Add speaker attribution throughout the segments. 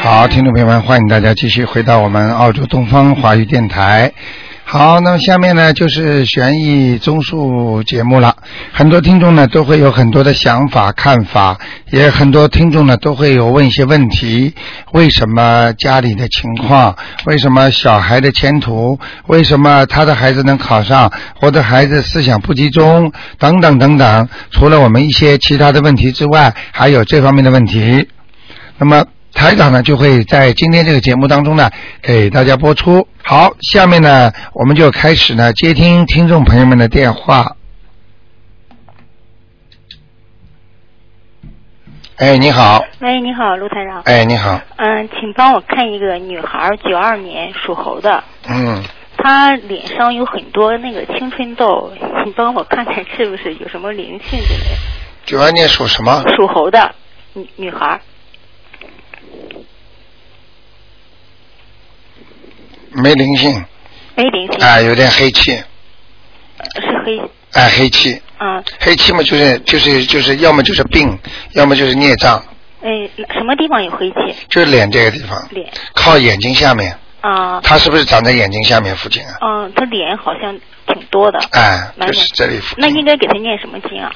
Speaker 1: 好，听众朋友们，欢迎大家继续回到我们澳洲东方华语电台。好，那么下面呢就是悬疑综述节目了。很多听众呢都会有很多的想法、看法，也很多听众呢都会有问一些问题：为什么家里的情况？为什么小孩的前途？为什么他的孩子能考上？我的孩子思想不集中，等等等等。除了我们一些其他的问题之外，还有这方面的问题。那么台长呢，就会在今天这个节目当中呢，给大家播出。好，下面呢，我们就开始呢接听听众朋友们的电话。哎，你好，
Speaker 2: 喂，你好，卢台长。
Speaker 1: 哎，你好，
Speaker 2: 嗯，请帮我看一个女孩，九二年属猴的，
Speaker 1: 嗯，
Speaker 2: 她脸上有很多那个青春痘，你帮我看看是不是有什么灵性之类的。
Speaker 1: 九二年属什么？
Speaker 2: 属猴的女女孩，
Speaker 1: 没灵性，
Speaker 2: 没灵性，
Speaker 1: 哎，有点黑气，
Speaker 2: 是黑，
Speaker 1: 哎，黑气，
Speaker 2: 嗯，
Speaker 1: 黑气嘛，就是就是就是，要么就是病，要么就是孽障，
Speaker 2: 哎，什么地方有黑气？
Speaker 1: 就是脸这个地方，
Speaker 2: 脸
Speaker 1: 靠眼睛下面，
Speaker 2: 啊，
Speaker 1: 它是不是长在眼睛下面附近啊？
Speaker 2: 嗯，她脸好像挺多的，
Speaker 1: 哎，
Speaker 2: 蛮
Speaker 1: 就是这里附
Speaker 2: 那应
Speaker 1: 近。
Speaker 2: 该给她念什么经啊？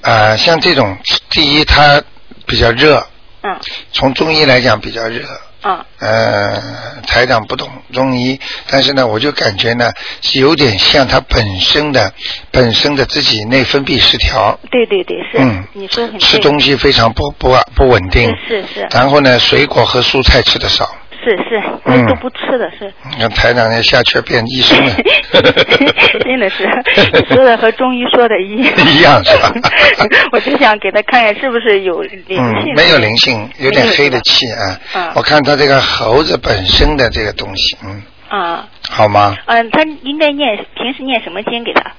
Speaker 1: 呃，像这种，第一它比较热，
Speaker 2: 嗯
Speaker 1: 从中医来讲比较热。
Speaker 2: 嗯
Speaker 1: 呃，台长不懂中医，但是呢，我就感觉呢，是有点像他本身的本身的自己内分泌失调，
Speaker 2: 对对对，是，
Speaker 1: 嗯
Speaker 2: 你说得很对，
Speaker 1: 吃东西非常不不不稳定，
Speaker 2: 是是是
Speaker 1: 然后呢，水果和蔬菜吃的少，
Speaker 2: 是是，
Speaker 1: 嗯
Speaker 2: 她都不吃的是。，
Speaker 1: 你看台长要下去变医生了
Speaker 2: 真 的是，你说的和中医说的一样。
Speaker 1: 一样是吧
Speaker 2: 我就想给他看看是不是有灵性。啊
Speaker 1: 嗯，没有灵。性，有点黑的气啊。
Speaker 2: 嗯
Speaker 1: 我看他这个猴子本身的这个东西，嗯，
Speaker 2: 啊，
Speaker 1: 好吗？
Speaker 2: 嗯，他应该念平时念什么经给他？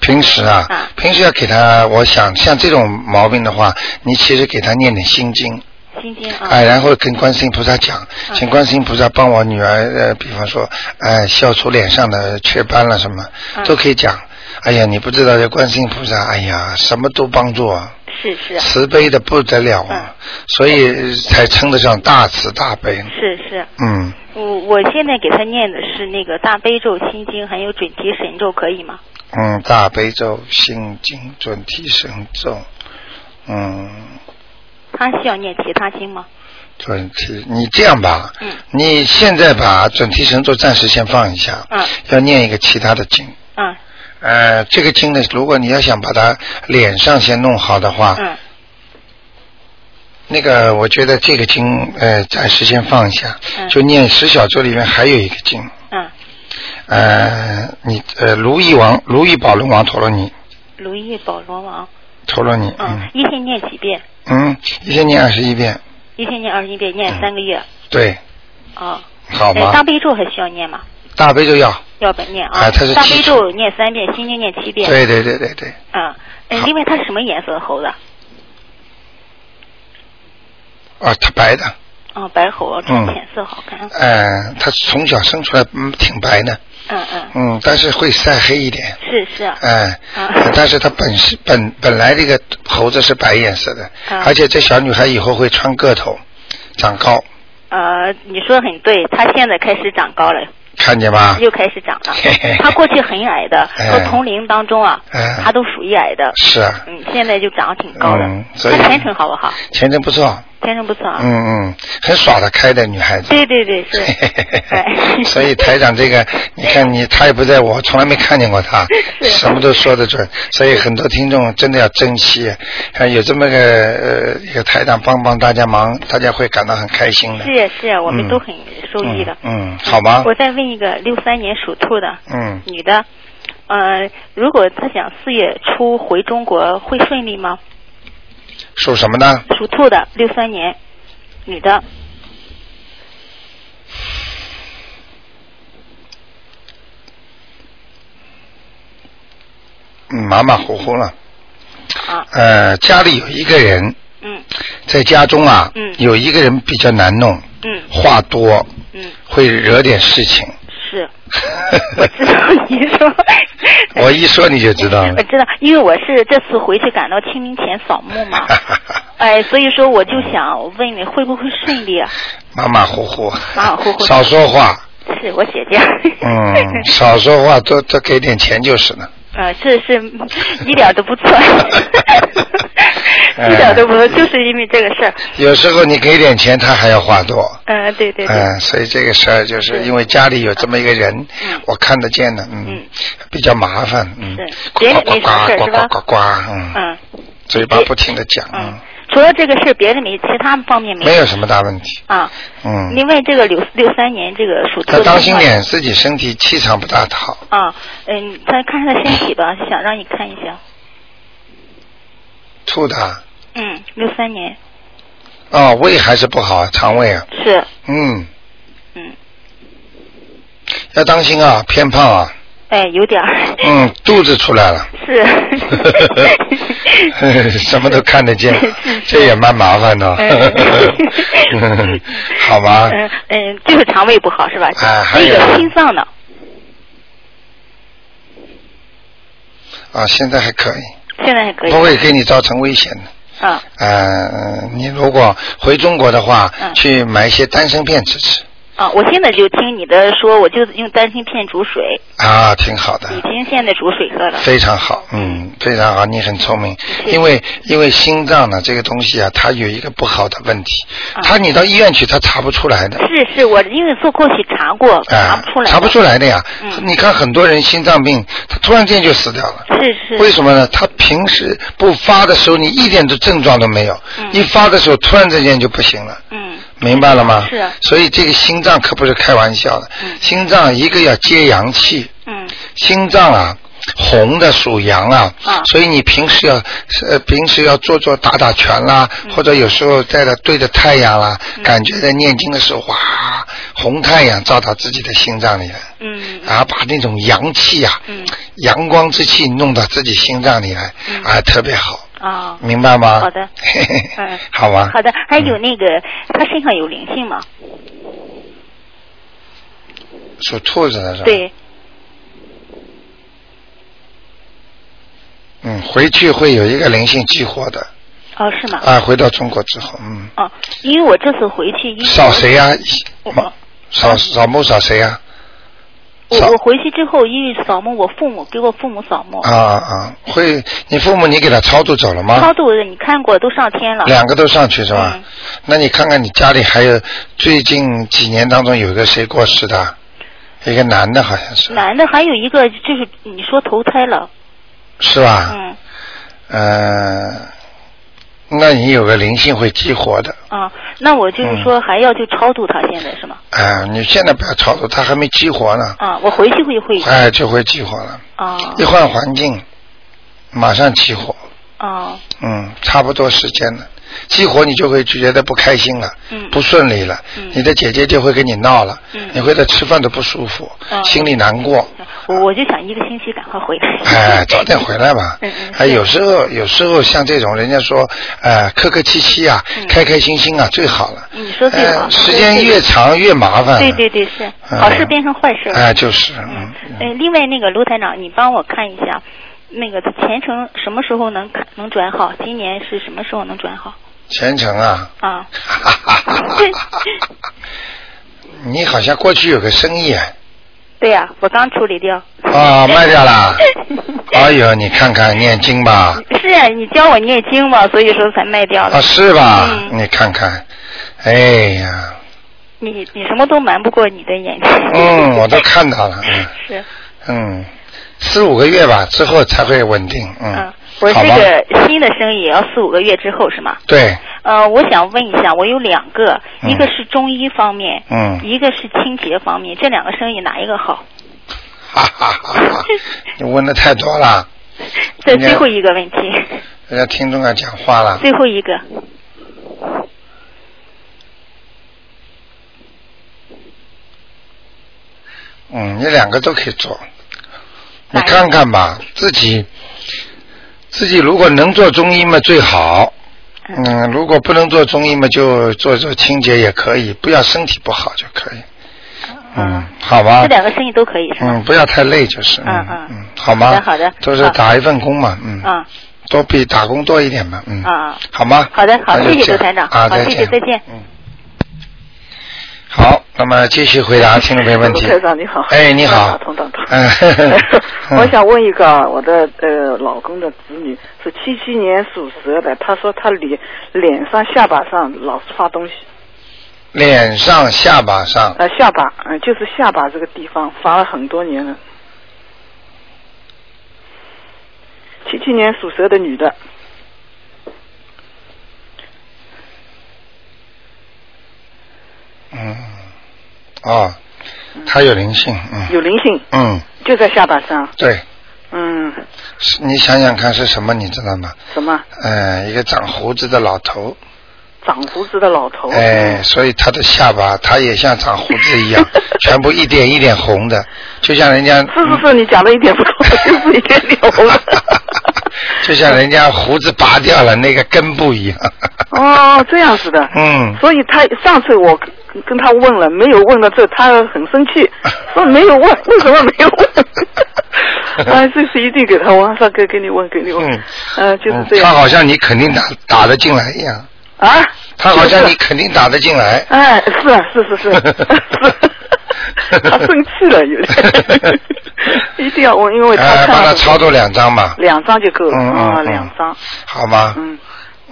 Speaker 1: 平时啊，
Speaker 2: 啊
Speaker 1: 平时要给他，我想像这种毛病的话，你其实给他念点心经，
Speaker 2: 心经啊。
Speaker 1: 哎，然后跟观世音菩萨讲，请观世音菩萨帮我女儿，呃，比方说，哎，消除脸上的雀斑了什么，
Speaker 2: 嗯
Speaker 1: 都可以讲。哎呀，你不知道这观世音菩萨，哎呀，什么都帮助啊，
Speaker 2: 是是
Speaker 1: 慈悲的不得了啊，所以才称得上大慈大悲。
Speaker 2: 是是，
Speaker 1: 嗯，
Speaker 2: 我我现在给他念的是那个大悲咒、心经，还有准提神咒，可以吗？
Speaker 1: 嗯，大悲咒、心经、准提神咒，嗯，
Speaker 2: 他需要念其他经吗？
Speaker 1: 准提，你这样吧，
Speaker 2: 嗯
Speaker 1: 你现在把准提神咒暂时先放一下，
Speaker 2: 嗯
Speaker 1: 要念一个其他的经。
Speaker 2: 嗯
Speaker 1: 呃，这个经呢，如果你要想把它脸上先弄好的话，
Speaker 2: 嗯
Speaker 1: 那个我觉得这个经呃暂时先放一下，
Speaker 2: 嗯
Speaker 1: 就念十小咒里面还有一个经，
Speaker 2: 嗯，
Speaker 1: 呃，你呃如意王如意宝轮王陀罗尼
Speaker 2: 如意宝罗王，
Speaker 1: 陀罗尼，
Speaker 2: 嗯
Speaker 1: 嗯，
Speaker 2: 一天念几遍？
Speaker 1: 嗯，一天念二十一遍，
Speaker 2: 一天念二十一遍，念
Speaker 1: 嗯
Speaker 2: 三个月。
Speaker 1: 对，
Speaker 2: 啊，
Speaker 1: 好
Speaker 2: 哎大
Speaker 1: 吗？
Speaker 2: 悲咒还需要念吗？
Speaker 1: 大悲咒要，
Speaker 2: 要不念啊？
Speaker 1: 啊它是
Speaker 2: 大
Speaker 1: 七
Speaker 2: 悲
Speaker 1: 十
Speaker 2: 咒念三遍，心经念七遍。。
Speaker 1: 对对对对对，
Speaker 2: 嗯，哎
Speaker 1: 好
Speaker 2: 另外它是什么颜色的猴子？
Speaker 1: 啊，他白的，
Speaker 2: 哦，白猴，
Speaker 1: 嗯
Speaker 2: 浅色好看。
Speaker 1: 呃，他从小生出来嗯挺白的，
Speaker 2: 嗯嗯，
Speaker 1: 嗯，但是会晒黑一点，
Speaker 2: 是是啊。
Speaker 1: 哎、
Speaker 2: 啊
Speaker 1: 但是它本是本本来这个猴子是白颜色的，
Speaker 2: 啊
Speaker 1: 而且这小女孩以后会穿个头，长高，
Speaker 2: 呃，你说的很对，它现在开始长高了，
Speaker 1: 看见吧？
Speaker 2: 又开始长了
Speaker 1: 啊嘿嘿嘿。
Speaker 2: 它过去很矮的，
Speaker 1: 哎
Speaker 2: 和同龄当中啊，
Speaker 1: 哎
Speaker 2: 它都属于矮的。
Speaker 1: 是啊，
Speaker 2: 嗯，现在就长得挺高的
Speaker 1: 嗯。所以
Speaker 2: 它前程好不好？
Speaker 1: 前程不错，
Speaker 2: 前程不错啊。
Speaker 1: 嗯嗯，很耍得开的女孩子。。
Speaker 2: 对对对，是 哎
Speaker 1: 所以台长这个，你看你他也不在我，从来没看见过他，
Speaker 2: 是
Speaker 1: 什么都说得准，所以很多听众真的要珍惜，呃有这么个呃一个台长帮帮大家忙，大家会感到很开心的。
Speaker 2: 是呀是呀，我们
Speaker 1: 嗯
Speaker 2: 都很受益的。
Speaker 1: 嗯嗯好吗
Speaker 2: 我再问一个，六三年属兔的
Speaker 1: 嗯，
Speaker 2: 女的，呃，如果她想四月初回中国，会顺利吗？
Speaker 1: 属什么呢？
Speaker 2: 属兔的，六三年女的，
Speaker 1: 嗯，马马虎虎了。
Speaker 2: 啊，
Speaker 1: 呃，家里有一个人
Speaker 2: 嗯
Speaker 1: 在家中啊，
Speaker 2: 嗯
Speaker 1: 有一个人比较难弄，
Speaker 2: 嗯
Speaker 1: 话多，
Speaker 2: 嗯，
Speaker 1: 会惹点事情。。
Speaker 2: 是，我知道你说
Speaker 1: 我一说你就知道了，
Speaker 2: 我。知道，因为我是这次回去赶到清明前扫墓嘛 哎，所以说我就想问问会不会顺利啊？
Speaker 1: 马马虎虎，
Speaker 2: 马马虎虎
Speaker 1: 少说话，
Speaker 2: 是我姐姐。
Speaker 1: 嗯，少说话，多多给点钱就是了。
Speaker 2: 呃，是是，一点都不 错，一
Speaker 1: 哎
Speaker 2: 点都不错，就是因为这个事儿。
Speaker 1: 有时候你给点钱，他还要话多。
Speaker 2: 嗯、对对对，
Speaker 1: 嗯，所以这个事儿就是因为家里有这么一个人，
Speaker 2: 嗯
Speaker 1: 我看得见的，嗯，比较麻烦，嗯，
Speaker 2: 是
Speaker 1: 呱
Speaker 2: 别的
Speaker 1: 呱
Speaker 2: 没啥
Speaker 1: 呱
Speaker 2: 事儿
Speaker 1: 呱
Speaker 2: 是
Speaker 1: 呱
Speaker 2: 吧？
Speaker 1: 呱呱，嗯，
Speaker 2: 嗯，
Speaker 1: 嘴巴不停的讲，嗯，
Speaker 2: 除了这个事儿，别的没，其他方面没
Speaker 1: 没有什么大问题，
Speaker 2: 啊。
Speaker 1: 嗯，
Speaker 2: 另外，这个六六三年这个属兔
Speaker 1: 要
Speaker 2: 的
Speaker 1: 当心
Speaker 2: 话
Speaker 1: 点，自己身体气场不大好，
Speaker 2: 啊，嗯，再看看他身体吧，想让你看一下。
Speaker 1: 吐的啊，
Speaker 2: 嗯，六三年
Speaker 1: 哦，胃还是不好，肠胃啊，
Speaker 2: 是，
Speaker 1: 嗯，
Speaker 2: 嗯，
Speaker 1: 要当心啊，偏胖啊，
Speaker 2: 哎，有点儿
Speaker 1: 嗯，肚子出来了。
Speaker 2: 是
Speaker 1: 什么都看得 见，这也蛮麻烦的，
Speaker 2: 嗯
Speaker 1: 好吧？
Speaker 2: 嗯嗯，就是肠胃不好是吧？
Speaker 1: 啊还
Speaker 2: 那
Speaker 1: 有
Speaker 2: 个心脏呢？
Speaker 1: 啊，现在还可以，
Speaker 2: 现在还可以。
Speaker 1: 不会给你造成危险的。
Speaker 2: 啊，
Speaker 1: 呃，你如果回中国的话，
Speaker 2: 嗯
Speaker 1: 去买一些丹参片吃吃
Speaker 2: 啊，我现在就听你的说，我就用丹参片煮水，
Speaker 1: 啊，挺好的，
Speaker 2: 已经现在煮水喝了。
Speaker 1: 非常好，嗯，非常好，你很聪明。
Speaker 2: 谢谢
Speaker 1: 因为因为心脏呢这个东西啊，它有一个不好的问题，
Speaker 2: 啊
Speaker 1: 它你到医院去，它查不出来的。
Speaker 2: 是是，我因为做过去查过，查
Speaker 1: 啊
Speaker 2: 不出，来。
Speaker 1: 查不出。来的呀。
Speaker 2: 嗯
Speaker 1: 你看很多人心脏病，他突然间就死掉了。
Speaker 2: 是是。
Speaker 1: 为什么呢？他平时不发的时候，你一点的症状都没有；
Speaker 2: 嗯
Speaker 1: 一发的时候，突然之间就不行了，
Speaker 2: 嗯
Speaker 1: 明白了吗？
Speaker 2: 是啊
Speaker 1: 所以这个心脏可不是开玩笑的。
Speaker 2: 嗯
Speaker 1: 心脏一个要接阳气，
Speaker 2: 嗯
Speaker 1: 心脏啊，红的属阳啊，
Speaker 2: 啊
Speaker 1: 所以你平时要呃平时要做做打打拳啦，
Speaker 2: 嗯
Speaker 1: 或者有时候在那对着太阳啦，感觉在念经的时候哇，红太阳照到自己的心脏里了，
Speaker 2: 嗯嗯
Speaker 1: 啊，把那种阳气啊，
Speaker 2: 嗯
Speaker 1: 阳光之气弄到自己心脏里来，
Speaker 2: 嗯
Speaker 1: 啊，特别好，
Speaker 2: 啊。
Speaker 1: 明白吗？
Speaker 2: 好的，嗯
Speaker 1: 好吧，嗯
Speaker 2: 好的，还有那个，他身上有灵性吗？
Speaker 1: 嗯属兔子的是吧？，
Speaker 2: 对，
Speaker 1: 嗯，回去会有一个灵性激活的，
Speaker 2: 哦，是吗？
Speaker 1: 啊，回到中国之后，嗯，
Speaker 2: 哦，因为我这次回去，因为
Speaker 1: 少谁啊呀、
Speaker 2: 我
Speaker 1: 妈
Speaker 2: 啊
Speaker 1: 扫扫墓扫谁啊呀、
Speaker 2: 我
Speaker 1: 扫
Speaker 2: 我回去之后，因为扫墓，我父母给我父母扫墓，
Speaker 1: 啊啊！会，你父母你给他超度走了吗
Speaker 2: 超？度的你看过都上天了，
Speaker 1: 两个都上去是吧？
Speaker 2: 嗯
Speaker 1: 那你看看你家里还有最近几年当中有一个谁过世的？一个男的好像是，
Speaker 2: 男的还有一个就是你说投胎了，
Speaker 1: 是吧？
Speaker 2: 嗯
Speaker 1: 嗯、呃，那你有个灵性会激活的
Speaker 2: 啊，那我就是说还要就超度他现在是吗？
Speaker 1: 啊、你现在不要超度，他还没激活呢，
Speaker 2: 啊，我回去会会
Speaker 1: 哎，就会激活了。
Speaker 2: 啊
Speaker 1: 一换环境，马上激活。
Speaker 2: 啊
Speaker 1: 嗯，差不多时间了，激活你就会觉得不开心了，
Speaker 2: 嗯
Speaker 1: 不顺利了，
Speaker 2: 嗯
Speaker 1: 你的姐姐就会跟你闹了，
Speaker 2: 嗯
Speaker 1: 你会在吃饭都不舒服，
Speaker 2: 啊
Speaker 1: 心里难过，
Speaker 2: 我我就想一个星期赶快回来，
Speaker 1: 哎，早点回来吧。
Speaker 2: 嗯嗯
Speaker 1: 哎，有时候有时候像这种人家说，呃，客客气气啊，
Speaker 2: 嗯
Speaker 1: 开开心心啊，最好了。
Speaker 2: 你说对了
Speaker 1: 哎时间越长越麻烦了。
Speaker 2: 对对对是，
Speaker 1: 嗯
Speaker 2: 好事变成坏事了。
Speaker 1: 哎，就是，嗯
Speaker 2: 嗯，，呃，另外那个卢台长，你帮我看一下，那个前程什么时候能看能转好？今年是什么时候能转好？
Speaker 1: 前程啊，
Speaker 2: 啊，
Speaker 1: 你好像过去有个生意啊，
Speaker 2: 对呀、我刚处理掉。
Speaker 1: 啊，卖掉 了。哎呦，你看看念经吧，
Speaker 2: 是啊你教我念经嘛，所以说才卖掉 了。
Speaker 1: 啊是吧？
Speaker 2: 嗯
Speaker 1: 你看看，哎呀，
Speaker 2: 你你什么都瞒不过你的眼睛。
Speaker 1: 嗯，我都看到了，嗯
Speaker 2: 是，
Speaker 1: 嗯，四五个月吧之后才会稳定，嗯，
Speaker 2: 嗯，我
Speaker 1: 好
Speaker 2: 这
Speaker 1: 吗？
Speaker 2: 个新的生意也要四五个月之后是吗？
Speaker 1: 对，
Speaker 2: 呃，我想问一下，我有两个，
Speaker 1: 嗯
Speaker 2: 一个是中医方面，
Speaker 1: 嗯
Speaker 2: 一个是清洁方面，这两个生意哪一个好？
Speaker 1: 哈哈哈哈，你问的太多了，
Speaker 2: 这
Speaker 1: 人家
Speaker 2: 最后一个问题，
Speaker 1: 人家听众要讲话了，
Speaker 2: 最后一个，
Speaker 1: 嗯，你两个都可以做，你
Speaker 2: 哪一个
Speaker 1: 看看吧，自己自己如果能做中医嘛最好，
Speaker 2: 嗯
Speaker 1: 嗯，如果不能做中医嘛，就做做清洁也可以，不要身体不好就可以。嗯
Speaker 2: 啊，
Speaker 1: 好吧
Speaker 2: 这。两个生意都可以是吗？
Speaker 1: 嗯，不要太累就是。
Speaker 2: 嗯
Speaker 1: 嗯
Speaker 2: 嗯
Speaker 1: 好吗？
Speaker 2: 好的好的
Speaker 1: 都是
Speaker 2: 好
Speaker 1: 打一份工嘛，嗯，
Speaker 2: 啊，
Speaker 1: 多比打工多一点嘛，嗯，
Speaker 2: 啊，
Speaker 1: 好吗？
Speaker 2: 好的好
Speaker 1: 那就
Speaker 2: 谢
Speaker 1: 这
Speaker 2: 谢
Speaker 1: 样
Speaker 2: 卢台长
Speaker 1: 啊，
Speaker 2: 好
Speaker 1: 再
Speaker 2: 谢谢
Speaker 1: 见，
Speaker 2: 再见
Speaker 1: 嗯。好，那么继续回答听众朋友问题
Speaker 3: 卢。台长你好。啊
Speaker 1: 哎，你好
Speaker 3: 打，通打通。
Speaker 1: 嗯， 呵呵
Speaker 3: 哎 我想问一个啊，我的呃老公的子女是七七年属蛇的，他说他脸脸上、下巴上老是发东西，
Speaker 1: 脸上、下巴上，
Speaker 3: 呃下巴，嗯、就是下巴这个地方发了很多年了。七七年属蛇的女的，
Speaker 1: 嗯，哦，他有灵性，嗯，
Speaker 3: 有灵性，
Speaker 1: 嗯，
Speaker 3: 就在下巴上。
Speaker 1: 对，
Speaker 3: 嗯，
Speaker 1: 是你想想看是什么，你知道吗？
Speaker 3: 什么
Speaker 1: 呃，一个长胡子的老头，
Speaker 3: 长胡子的老头？
Speaker 1: 哎，所以他的下巴，他也像长胡子一 样，全部一点一点红的，就像人家，
Speaker 3: 是是是，你讲的一点不错，就是一点点 红了
Speaker 1: 就像人家胡子拔掉了那个根部一样。
Speaker 3: 哦，这样子的。
Speaker 1: 嗯，
Speaker 3: 所以他上次我跟跟他问了，没有问到这，他很生气，说没有问，为什么没有问？ 哎，这次一定给他，我说给给你问，给你问，
Speaker 1: 嗯
Speaker 3: 嗯、就是这
Speaker 1: 他
Speaker 3: 样
Speaker 1: 好像你肯定打打得进来一样，
Speaker 3: 啊。
Speaker 1: 他嗯好像你
Speaker 3: 就是
Speaker 1: 肯定打得进来。
Speaker 3: 哎，是啊，是 是是， 是他生气了，有 点， 一定要问，因为他
Speaker 1: 哎，
Speaker 3: 看
Speaker 1: 帮
Speaker 3: 了
Speaker 1: 他操作两张嘛，
Speaker 3: 两张就够了
Speaker 1: 嗯嗯
Speaker 3: 啊，
Speaker 1: 嗯
Speaker 3: 两张，
Speaker 1: 好吗？
Speaker 3: 嗯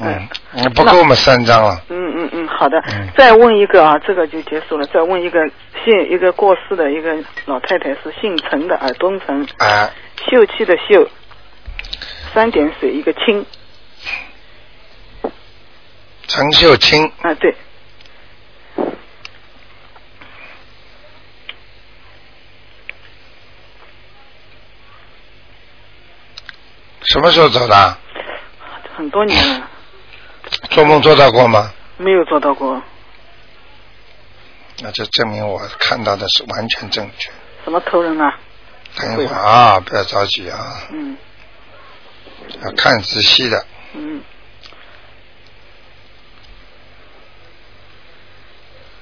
Speaker 1: 嗯，嗯不够我们三张了。
Speaker 3: 嗯嗯嗯，好的
Speaker 1: 嗯。
Speaker 3: 再问一个啊，这个就结束了。再问一个姓一个过世的一个老太太，是姓陈的，耳东陈，
Speaker 1: 哎，
Speaker 3: 秀气的秀，三点水一个清
Speaker 1: 陈秀清，
Speaker 3: 啊，对，
Speaker 1: 什么时候走的？
Speaker 3: 很多年了
Speaker 1: 做梦做到过吗？
Speaker 3: 没有做到过。
Speaker 1: 那就证明我看到的是完全正确。
Speaker 3: 什么头人啊？
Speaker 1: 等一会儿啊，不要着急啊，
Speaker 3: 嗯
Speaker 1: 要看仔细的。
Speaker 3: 嗯，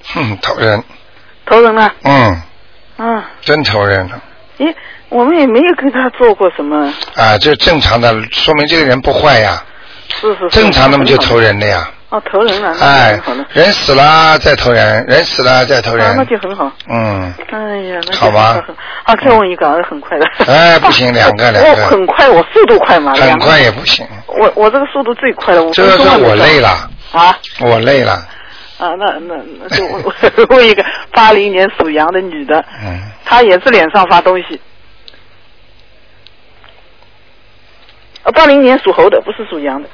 Speaker 1: 哼，投人，
Speaker 3: 头人啊，
Speaker 1: 嗯，
Speaker 3: 啊，
Speaker 1: 真投人了
Speaker 3: 咦，我们也没有跟他做过什么，
Speaker 1: 啊！这正常的，说明这个人不坏呀，
Speaker 3: 是是是
Speaker 1: 正常的嘛就投
Speaker 3: 很
Speaker 1: 人的呀。
Speaker 3: 好哦，头人啊，那
Speaker 1: 哎
Speaker 3: 就很好了，，
Speaker 1: 人死了再投人，人死了再投
Speaker 3: 啊，那
Speaker 1: 人，
Speaker 3: 就很好。
Speaker 1: 嗯，
Speaker 3: 哎呀，那就
Speaker 1: 好吧
Speaker 3: 很好，再问一个，啊很快的。
Speaker 1: 哎不 行两个两个
Speaker 3: 我很快，我速度快嘛，
Speaker 1: 很
Speaker 3: 两个
Speaker 1: 快。也不行。
Speaker 3: 我我这个速度最快了，五
Speaker 1: 这
Speaker 3: 分
Speaker 1: 个
Speaker 3: 钟还
Speaker 1: 是
Speaker 3: 没
Speaker 1: 我
Speaker 3: 到
Speaker 1: 累了，
Speaker 3: 啊
Speaker 1: 我累了，
Speaker 3: 啊，那那那就我问一个八零年属羊的女的，
Speaker 1: 嗯，
Speaker 3: 她也是脸上发东西。呃，八零年属猴的，不是属羊的，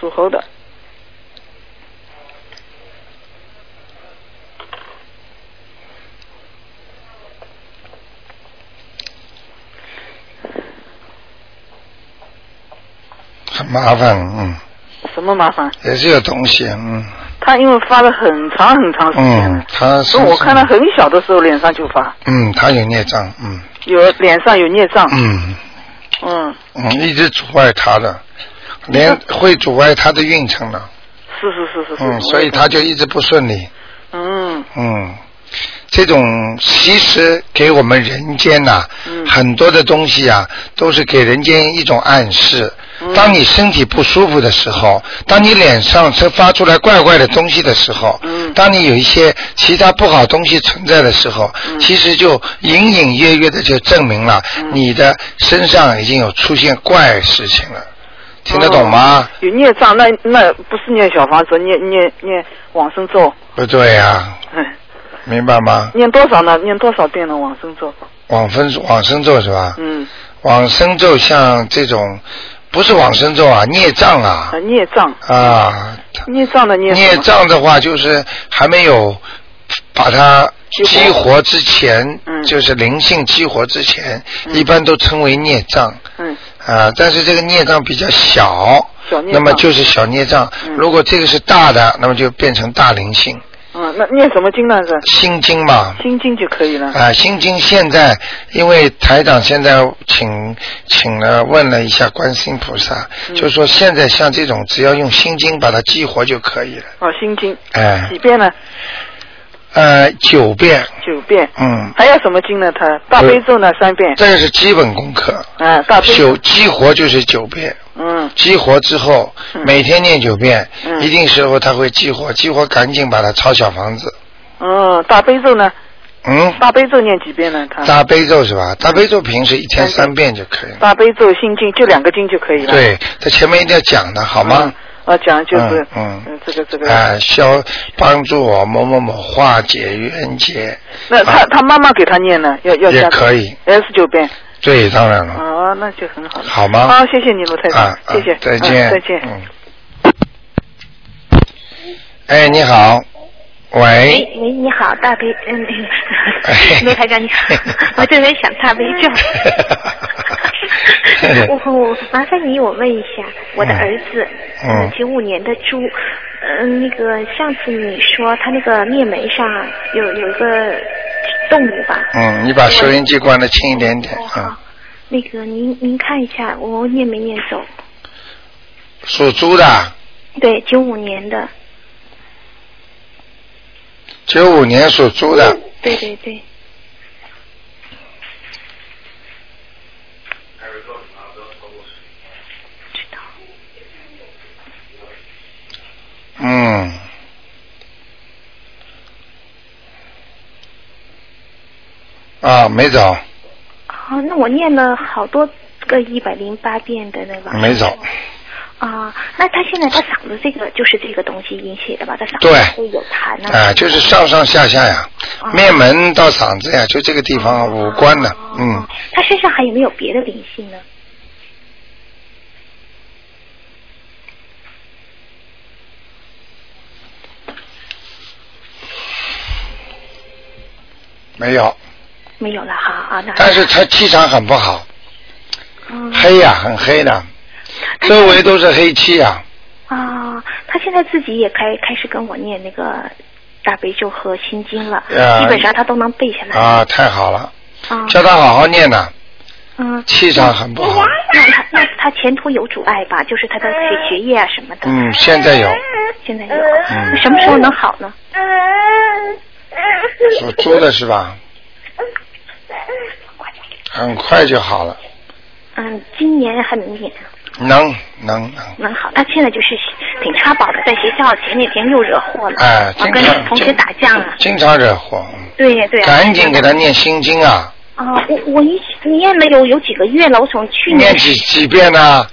Speaker 3: 属猴的。
Speaker 1: 很麻烦，嗯，
Speaker 3: 什么麻烦？
Speaker 1: 也是有东西，嗯
Speaker 3: 她因为发了很长很长时间
Speaker 1: 嗯
Speaker 3: 了，，
Speaker 1: 他是
Speaker 3: 从、啊我看她很小的时候脸上就发，
Speaker 1: 嗯，他有孽障，嗯
Speaker 3: 有脸上有孽障，
Speaker 1: 嗯
Speaker 3: 嗯，
Speaker 1: 嗯，一直阻碍他的，连会阻碍他的运程了，
Speaker 3: 是是是是是。
Speaker 1: 嗯，所以她就一直不顺利，
Speaker 3: 嗯
Speaker 1: 嗯，这种其实给我们人间呐、
Speaker 3: 嗯
Speaker 1: 很多的东西啊，都是给人间一种暗示。
Speaker 3: 嗯
Speaker 1: 当你身体不舒服的时候，当你脸上是发出来怪怪的东西的时候，
Speaker 3: 嗯
Speaker 1: 当你有一些其他不好东西存在的时候，
Speaker 3: 嗯
Speaker 1: 其实就隐隐约约的就证明了
Speaker 3: 嗯
Speaker 1: 你的身上已经有出现怪事情了，听得懂吗？
Speaker 3: 有孽障，那那不是念小房子，念念念往生咒，
Speaker 1: 不对呀、
Speaker 3: 哎，
Speaker 1: 明白吗？
Speaker 3: 念多少呢？念多少遍呢？往生咒？
Speaker 1: 往分往生咒是吧？
Speaker 3: 嗯，
Speaker 1: 往生咒像这种，不是往生咒啊，孽障啊
Speaker 3: 啊，孽障，
Speaker 1: 啊，
Speaker 3: 孽障的孽
Speaker 1: 孽
Speaker 3: 什么
Speaker 1: 障的话就是还没有把它
Speaker 3: 激活
Speaker 1: 激活之前，
Speaker 3: 嗯
Speaker 1: 就是灵性激活之前，
Speaker 3: 嗯
Speaker 1: 一般都称为孽障
Speaker 3: 嗯，
Speaker 1: 啊。但是这个孽障比较小，
Speaker 3: 小孽
Speaker 1: 那
Speaker 3: 障。
Speaker 1: 么就是小孽障。
Speaker 3: 嗯
Speaker 1: 如果这个是大的，那么就变成大灵性。
Speaker 3: 嗯，那念什么经呢？是
Speaker 1: 心经嘛，
Speaker 3: 心经就可以了。
Speaker 1: 啊，心经现在因为台长现在请请了问了一下观世音菩萨，
Speaker 3: 嗯
Speaker 1: 就说现在像这种只要用心经把它激活就可以了，
Speaker 3: 哦，心经
Speaker 1: 哎
Speaker 3: 几遍呢？
Speaker 1: 呃九遍，
Speaker 3: 九遍。
Speaker 1: 嗯，
Speaker 3: 还有什么经呢？它
Speaker 1: 呃
Speaker 3: 大悲咒呢？三遍。
Speaker 1: 这个是基本功课，
Speaker 3: 啊，大悲。
Speaker 1: 九激活就是九遍，
Speaker 3: 嗯。嗯
Speaker 1: 激活之后，
Speaker 3: 嗯
Speaker 1: 每天念九遍，
Speaker 3: 嗯
Speaker 1: 一定时候它会激活，激活赶紧把它抄小房子。
Speaker 3: 哦，大悲咒呢？
Speaker 1: 嗯，
Speaker 3: 大悲咒念几遍呢？他
Speaker 1: 大悲咒是
Speaker 3: 嗯
Speaker 1: 吧？大悲咒平时一天三遍就可以了。
Speaker 3: 大悲咒心经就两个经就可以了。嗯，
Speaker 1: 对，在前面一定要讲的好吗？
Speaker 3: 啊，讲就是
Speaker 1: 嗯嗯
Speaker 3: 这个这个。
Speaker 1: 哎，消帮助我某某某化解冤结，
Speaker 3: 那他
Speaker 1: 啊
Speaker 3: 他妈妈给他念呢，要要
Speaker 1: 也
Speaker 3: 加
Speaker 1: 可以嗯
Speaker 3: 二十九遍。
Speaker 1: 对，当然了，
Speaker 3: 哦，那就很好了。
Speaker 1: 好吗？
Speaker 3: 啊，谢谢你，卢太太，
Speaker 1: 啊，
Speaker 3: 谢谢，
Speaker 1: 啊再
Speaker 3: 嗯
Speaker 1: 见，
Speaker 3: 再见。
Speaker 1: 嗯。哎，你好，喂，
Speaker 4: 喂喂，你好，大悲， 嗯，
Speaker 1: 哎。
Speaker 4: 卢台长你好，我正在想大悲咒
Speaker 3: 哎
Speaker 4: 我我麻烦你，我问一下，我的
Speaker 1: 嗯
Speaker 4: 儿子，
Speaker 1: 嗯
Speaker 4: 九五年的猪，嗯、那个上次你说他那个面门上有有一个动物吧？
Speaker 1: 嗯，你把收音机关的轻一点点
Speaker 4: 哦好
Speaker 1: 啊。
Speaker 4: 那个您您看一下，我念没念走？
Speaker 1: 属猪的，
Speaker 4: 对，九五年的，
Speaker 1: 九五年属猪的，
Speaker 4: 对对对，
Speaker 1: 嗯。啊，没走，
Speaker 4: 哦，那我念了好多个一百零八遍的那个。
Speaker 1: 没走，
Speaker 4: 啊，那他现在他嗓子这个就是这个东西引起的吧？他嗓
Speaker 1: 对
Speaker 4: 子会有痰呢、
Speaker 1: 啊，就是上上下下呀，
Speaker 4: 啊
Speaker 1: 面门到嗓子呀，就这个地方五官呢，嗯
Speaker 4: 哦，他身上还有没有别的灵性呢？
Speaker 1: 没有，
Speaker 4: 嗯没有了哈啊，那
Speaker 1: 但是他气场很不好，
Speaker 4: 嗯
Speaker 1: 黑呀、很黑的，周围都是黑气呀、
Speaker 4: 啊，他现在自己也开开始跟我念那个大悲咒和心经了，
Speaker 1: 啊
Speaker 4: 基本上他都能背下来。
Speaker 1: 啊，太好了，
Speaker 4: 啊，
Speaker 1: 叫他好好念呐、
Speaker 4: 嗯，
Speaker 1: 气场很不好。
Speaker 4: 那他那他前途有阻碍吧？就是他的学学业啊什么的。
Speaker 1: 嗯，现在有
Speaker 4: 现在有，
Speaker 1: 嗯
Speaker 4: 什么时候能好呢？
Speaker 5: 嗯
Speaker 1: 属 猪的是吧？很快就好了，
Speaker 4: 嗯，今年还明年。
Speaker 1: 能能能，
Speaker 4: 蛮好，他现在就是挺差宝的，在学校前几天又惹祸了，
Speaker 1: 哎，
Speaker 4: 啊
Speaker 1: 经
Speaker 4: 跟
Speaker 1: 常
Speaker 4: 同学
Speaker 1: 经
Speaker 4: 打架啊，
Speaker 1: 经常惹祸，
Speaker 4: 对呀对呀、
Speaker 1: 赶紧给他念心经啊，
Speaker 4: 啊！我我一念了有有几个月了，我从去年
Speaker 1: 念几几遍呢、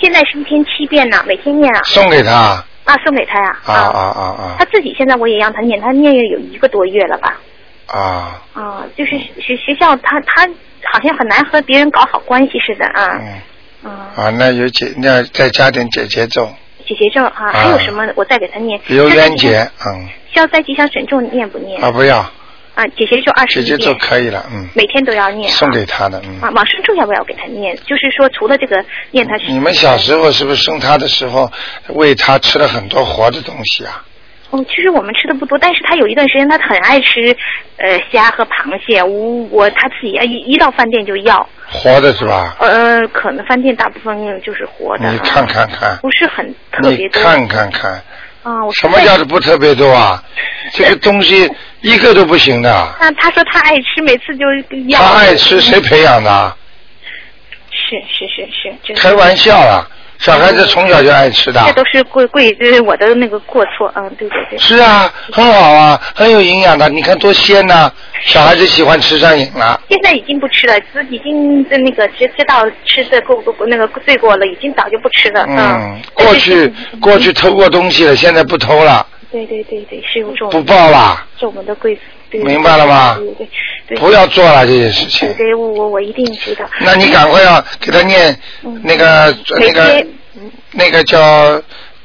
Speaker 4: 现在是一天七遍呢，每天念啊
Speaker 1: 送给他啊
Speaker 4: 啊送给他呀
Speaker 1: 啊啊
Speaker 4: 他自己现在我也让他念，他念了有一个多月了吧？
Speaker 1: 啊啊，
Speaker 4: 啊，就是学学校他他好像很难和别人搞好关系似的啊，
Speaker 1: 嗯
Speaker 4: 嗯，
Speaker 1: 啊，那有姐，那再加点姐姐咒，
Speaker 4: 姐姐咒啊，
Speaker 1: 啊
Speaker 4: 还有什么我再给他念？
Speaker 1: 有冤结，嗯，
Speaker 4: 消灾吉祥神咒念不念
Speaker 1: 啊不要，
Speaker 4: 啊？姐姐咒二十
Speaker 1: 姐姐
Speaker 4: 一遍，
Speaker 1: 咒可以了，嗯，
Speaker 4: 每天都要念啊。
Speaker 1: 送给他的，嗯
Speaker 4: 啊，，往生咒要不要给他念？就是说，除了这个念他是
Speaker 1: 你们小时候是不是生他的时候喂他吃了很多活的东西啊？
Speaker 4: 嗯，其实我们吃的不多，但是他有一段时间他很爱吃，呃，虾和螃蟹。我我他自己一一到饭店就要，
Speaker 1: 活的是吧？
Speaker 4: 呃，可能饭店大部分就是活的啊，
Speaker 1: 你看看看，
Speaker 4: 不是很特
Speaker 1: 你
Speaker 4: 别多
Speaker 1: 看看看，
Speaker 4: 啊。我
Speaker 1: 什么叫做不特别多 啊？这个东西一个都不行的。
Speaker 4: 那他说他爱吃，每次就要。
Speaker 1: 他爱吃，谁培养的啊？
Speaker 4: 是是是是，这
Speaker 1: 开玩笑啦，小孩子从小就爱吃的
Speaker 4: 嗯这。都是贵贵，这是我的那个过错。嗯，对对对。
Speaker 1: 是啊，很好啊，很有营养的，你看多鲜呐、小孩子喜欢吃上瘾了。
Speaker 4: 现在已经不吃了，自己已经呃那个知知道吃的过过那个罪过了，已经早就不吃了。
Speaker 1: 嗯，
Speaker 4: 但
Speaker 1: 过
Speaker 4: 是
Speaker 1: 去过去偷过东西了，现在不偷了，
Speaker 4: 对对对对，是有这
Speaker 1: 不
Speaker 4: 种
Speaker 1: 报啦，
Speaker 4: 这我们的贵对
Speaker 1: 明白了吗
Speaker 4: 对对对，
Speaker 1: 不要做了这些事情
Speaker 4: 对。对，我我我一定知道。
Speaker 1: 那你赶快要给他念
Speaker 4: 嗯
Speaker 1: 那个那
Speaker 4: 每
Speaker 1: 个
Speaker 4: 天
Speaker 1: 那个叫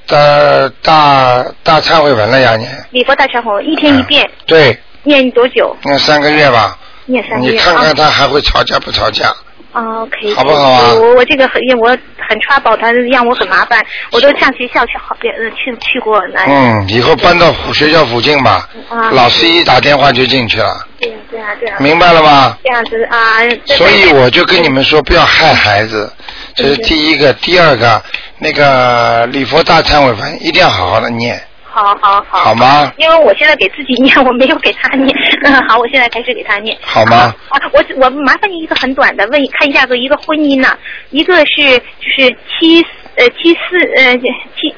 Speaker 1: 大大大忏悔文了呀，你
Speaker 4: 礼佛大忏悔文一天一遍，
Speaker 1: 嗯对，
Speaker 4: 念多久？
Speaker 1: 念嗯三个月吧，
Speaker 4: 念三个
Speaker 1: 你
Speaker 4: 月
Speaker 1: 看
Speaker 4: 啊
Speaker 1: 看他还会吵架不吵架？
Speaker 4: 啊，OK，
Speaker 1: 好不好啊
Speaker 4: 我我这个很我很 trouble，他让我很麻烦，我都上学校去好别呃去去过那。
Speaker 1: 嗯，以后搬到附学校附近吧
Speaker 4: 啊，
Speaker 1: 嗯老师一打电话就进去了，
Speaker 4: 对呀对呀啊对呀。
Speaker 1: 明白了吧？
Speaker 4: 这样子啊，这
Speaker 1: 所以我就跟你们说，不要害孩子，这是第一个，第二个，那个礼佛大忏悔文一定要好好的念，
Speaker 4: 好好好，
Speaker 1: 好吗？
Speaker 4: 因为我现在给自己念，我没有给他念。 嗯，好，我现在开始给他念。
Speaker 1: 好吗
Speaker 4: 啊，啊我我麻烦你一个很短的问，看一下个一个婚姻呢、一个是就是七呃七四呃七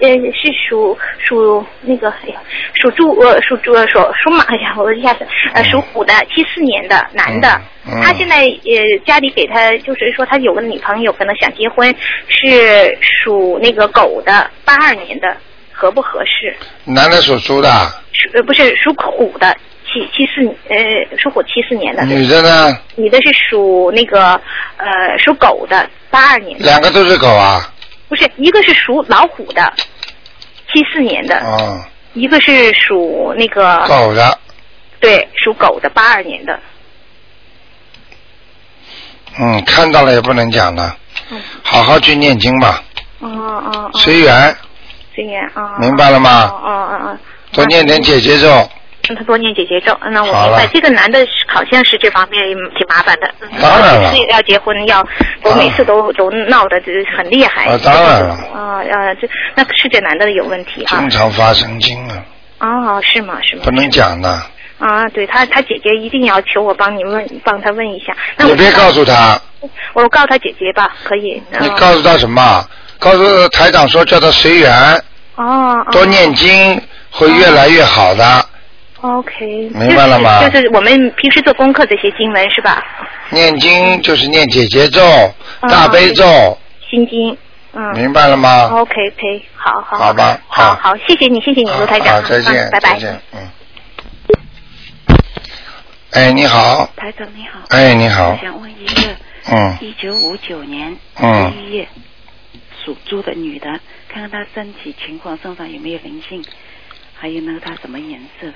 Speaker 4: 呃是属属那个哎呀属猪呃属猪呃属属马哎呀我一下子呃属虎的七四年的男的，
Speaker 1: 嗯嗯
Speaker 4: 他现在呃家里给他就是说他有个女朋友可能想结婚，是属那个狗的八二年的合不合适？
Speaker 1: 男的属猪的，
Speaker 4: 属呃不是属虎的七七四呃属虎七四年的
Speaker 1: 女的呢，
Speaker 4: 女的是属那个呃属狗的八二年的。
Speaker 1: 两个都是狗啊。
Speaker 4: 不是，一个是属老虎的，七四年的，
Speaker 1: 哦，
Speaker 4: 一个是属那个
Speaker 1: 狗的，
Speaker 4: 对，属狗的，八二年的。
Speaker 1: 嗯，看到了也不能讲了，
Speaker 4: 嗯，
Speaker 1: 好好去念经吧，
Speaker 4: 哦哦哦，
Speaker 1: 随缘，
Speaker 4: 随缘啊。
Speaker 1: 明白了吗
Speaker 4: 哦哦哦哦。
Speaker 1: 多念点姐姐咒。
Speaker 4: 让他多念姐姐咒，嗯那我
Speaker 1: 好
Speaker 4: 明白
Speaker 1: 了。
Speaker 4: 这个男的是好像是这方面挺麻烦的，嗯
Speaker 1: 当然了
Speaker 4: 每次要结婚要，我
Speaker 1: 啊
Speaker 4: 每次都、都闹得就是很厉害。
Speaker 1: 啊当然了
Speaker 4: 啊啊，这那是这男的有问题啊
Speaker 1: 经。常发神经啊，
Speaker 4: 哦，是吗？是吗？
Speaker 1: 不能讲的，
Speaker 4: 啊，对他，他姐姐一定要求我帮你问，帮他问一下。那我
Speaker 1: 你别告诉他，
Speaker 4: 我告诉他姐姐吧，可以。嗯
Speaker 1: 你告诉他什么？告诉台长说叫他随缘，
Speaker 4: 哦，哦
Speaker 1: 多念经会越来越好的，
Speaker 4: 嗯 OK，
Speaker 1: 明白了吗
Speaker 4: 就是？就是我们平时做功课这些经文是吧？
Speaker 1: 念经就是念姐姐咒、
Speaker 4: 嗯
Speaker 1: 大悲咒，
Speaker 4: 心经，嗯。
Speaker 1: 明白了吗？
Speaker 4: OK，以，好好
Speaker 1: 好吧好
Speaker 4: 好好，谢谢你，谢谢你，卢台
Speaker 1: 好
Speaker 4: 长，
Speaker 1: 啊再见
Speaker 4: 嗯，拜拜
Speaker 1: 再，见，嗯。哎，你好，
Speaker 5: 台长你好，
Speaker 1: 哎，你好
Speaker 5: 我，想问一个，
Speaker 1: 嗯
Speaker 5: 一九五九年
Speaker 1: 嗯
Speaker 5: 十一月属猪的女的，看看她身体情况，身上有没有灵性，还有那个她什么颜色的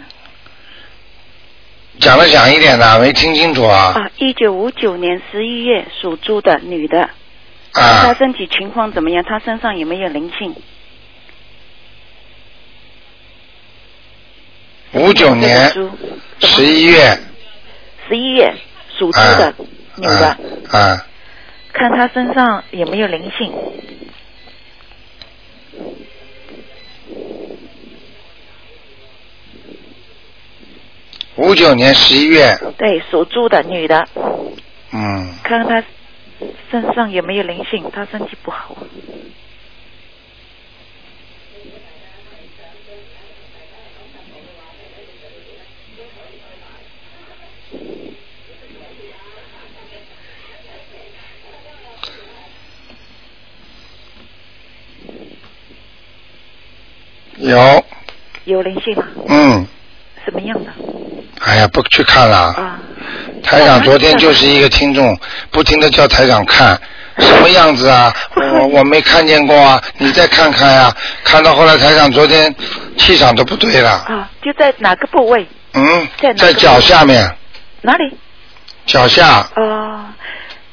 Speaker 1: 讲的响一点呐，没听清楚啊
Speaker 5: 啊？一九五九年十一月属猪的女的，看她
Speaker 1: 啊！
Speaker 5: 身体情况怎么样？她身上有没有灵性？
Speaker 1: 五九年十一月，
Speaker 5: 十一月属猪的女的，
Speaker 1: 啊啊，
Speaker 5: 看她身上有没有灵性？
Speaker 1: 五九年十一月，
Speaker 5: 对，属猪的女的，
Speaker 1: 嗯，
Speaker 5: 看看她身上有没有灵性，她身体不好。啊
Speaker 1: 有，
Speaker 5: 有灵性吗？
Speaker 1: 嗯，
Speaker 5: 什么样的？
Speaker 1: 哎呀，不去看了。
Speaker 5: 啊，
Speaker 1: 台长昨天就是一个听众，不停的叫台长看什么样子 啊，我我没看见过啊，你再看看呀、看到后来，台长昨天气场都不对了，
Speaker 5: 啊，就在哪个部位？
Speaker 1: 嗯
Speaker 5: 在，哪
Speaker 1: 在
Speaker 5: 个
Speaker 1: 脚下面，
Speaker 5: 哪里？
Speaker 1: 脚下，
Speaker 5: 啊，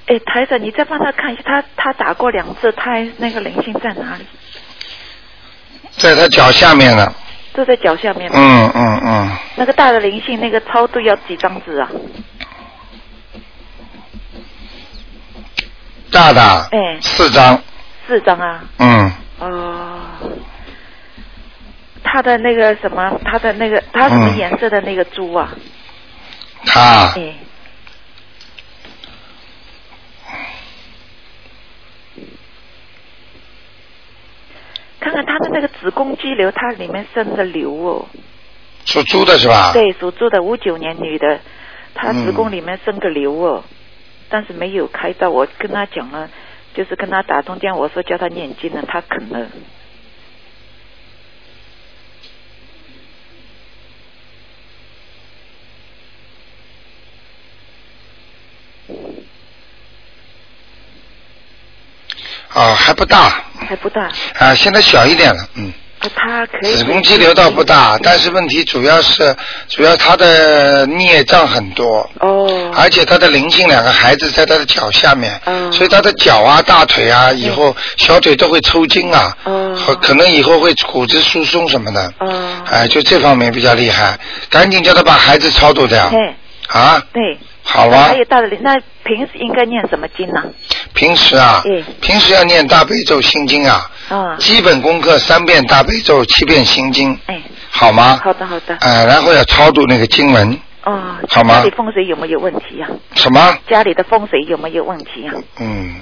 Speaker 5: 哎，台长，你再帮他看一下，他他打过两次胎，那个灵性在哪里？
Speaker 1: 在他脚下面呢，
Speaker 5: 就在脚下面吗。
Speaker 1: 嗯嗯嗯，
Speaker 5: 那个大的灵性，那个超度要几张纸啊？
Speaker 1: 大的，
Speaker 5: 哎
Speaker 1: 四张，
Speaker 5: 四张啊。
Speaker 1: 嗯，
Speaker 5: 哦。他的那个什么，他的那个，他什么
Speaker 1: 嗯
Speaker 5: 颜色的那个猪啊？
Speaker 1: 他啊
Speaker 5: 哎，看看他的那个子宫肌瘤，它里面渗着瘤哦。
Speaker 1: 属猪的是吧？，
Speaker 5: 对，属猪的五九年女的，她
Speaker 1: 嗯
Speaker 5: 子宫里面生个瘤哦，但是没有开刀。我跟她讲了，就是跟她打通电话，我说叫她念经了，她肯了。
Speaker 1: 啊，还不大，
Speaker 5: 还不大，
Speaker 1: 啊，现在小一点了，嗯。
Speaker 5: 啊她可以
Speaker 1: 子宫肌瘤倒不大，但是问题主要是主要他的孽障很多，
Speaker 5: 哦，
Speaker 1: 而且他的灵性两个孩子在他的脚下面，
Speaker 5: 嗯
Speaker 1: 所以他的脚啊、大腿啊，以后小腿都会抽筋啊，
Speaker 5: 哦
Speaker 1: 和可能以后会骨质疏松什么的，
Speaker 5: 哦，
Speaker 1: 哎，就这方面比较厉害，赶紧叫他把孩子超度掉
Speaker 5: 对
Speaker 1: 啊，
Speaker 5: 对，
Speaker 1: 好
Speaker 5: 那
Speaker 1: 吧
Speaker 5: 还？有大的灵，那平时应该念什么经呢？
Speaker 1: 平时啊
Speaker 5: 嗯，
Speaker 1: 平时要念大悲咒心经啊，
Speaker 5: 啊，
Speaker 1: 基本功课三遍大悲咒，七遍心经，
Speaker 5: 哎，
Speaker 1: 好吗？
Speaker 5: 好的好的，
Speaker 1: 哎，然后要超度那个经文，
Speaker 5: 哦，
Speaker 1: 好吗
Speaker 5: 家里风水有没有问题呀、
Speaker 1: 什么？
Speaker 5: 家里的风水有没有问题呀、
Speaker 1: 嗯，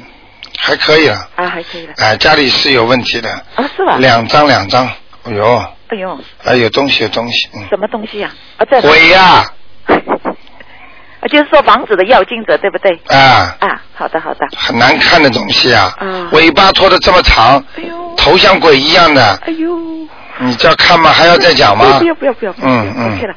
Speaker 1: 还可以了。
Speaker 5: 啊，还可以了。
Speaker 1: 哎，家里是有问题的，
Speaker 5: 啊，是吧？
Speaker 1: 两张两张，哎呦，
Speaker 5: 哎呦，
Speaker 1: 哎有东西有东西，嗯，
Speaker 5: 什么东西呀、啊？啊，在哪
Speaker 1: 鬼呀、
Speaker 5: 啊，就是说房子的要经者，对不对？
Speaker 1: 啊，
Speaker 5: 啊，好的好的。
Speaker 1: 很难看的东西啊，
Speaker 5: 啊
Speaker 1: 尾巴拖得这么长，
Speaker 5: 哎呦，
Speaker 1: 头像鬼一样的，
Speaker 5: 哎呦，
Speaker 1: 你这看吗？还要再讲吗
Speaker 5: 不？要不要不要，不要
Speaker 1: 嗯嗯
Speaker 5: o k 了，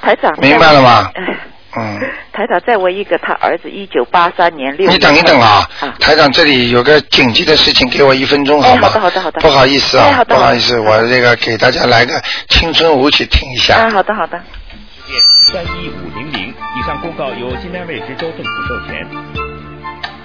Speaker 5: 台长。
Speaker 1: 明白了吗
Speaker 5: 哎
Speaker 1: 嗯，
Speaker 5: 台长，再问一个，他儿子一九八三年六。
Speaker 1: 你等一等啊
Speaker 5: 啊，
Speaker 1: 台长这里有个紧急的事情，给我一分钟好吗？
Speaker 5: 哎好的好的好的
Speaker 1: 不好意思啊，
Speaker 5: 哎好的
Speaker 1: 不好意思，
Speaker 5: 好的
Speaker 1: 我这个给大家来个青春舞曲听一下。
Speaker 5: 啊，好的好的。
Speaker 6: 三一五零零。以上公告由新南威尔士州政府授权。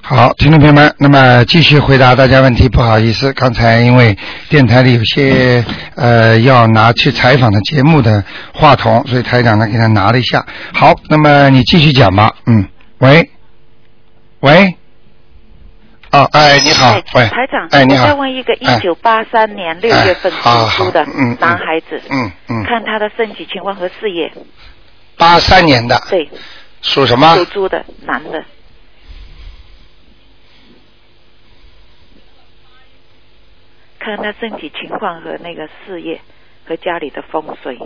Speaker 1: 好，听众朋友们，那么继续回答大家问题。不好意思，刚才因为电台里有些呃要拿去采访的节目的话筒，所以台长呢给他拿了一下。好，那么你继续讲吧。嗯，喂，喂，哦，哎，你好
Speaker 5: 哎，
Speaker 1: 喂，
Speaker 5: 台长，
Speaker 1: 哎，你
Speaker 5: 我
Speaker 1: 好
Speaker 5: 再，问一个，一
Speaker 1: 哎
Speaker 5: 九八三年六月份
Speaker 1: 哎好
Speaker 5: 出生的
Speaker 1: 好嗯嗯
Speaker 5: 男孩子，
Speaker 1: 嗯嗯，啊
Speaker 5: 看他的身体情况和事业，
Speaker 1: 八三年的，
Speaker 5: 对，
Speaker 1: 属什么
Speaker 5: 属？猪的男的，看他身体情况和那个事业和家里的风水，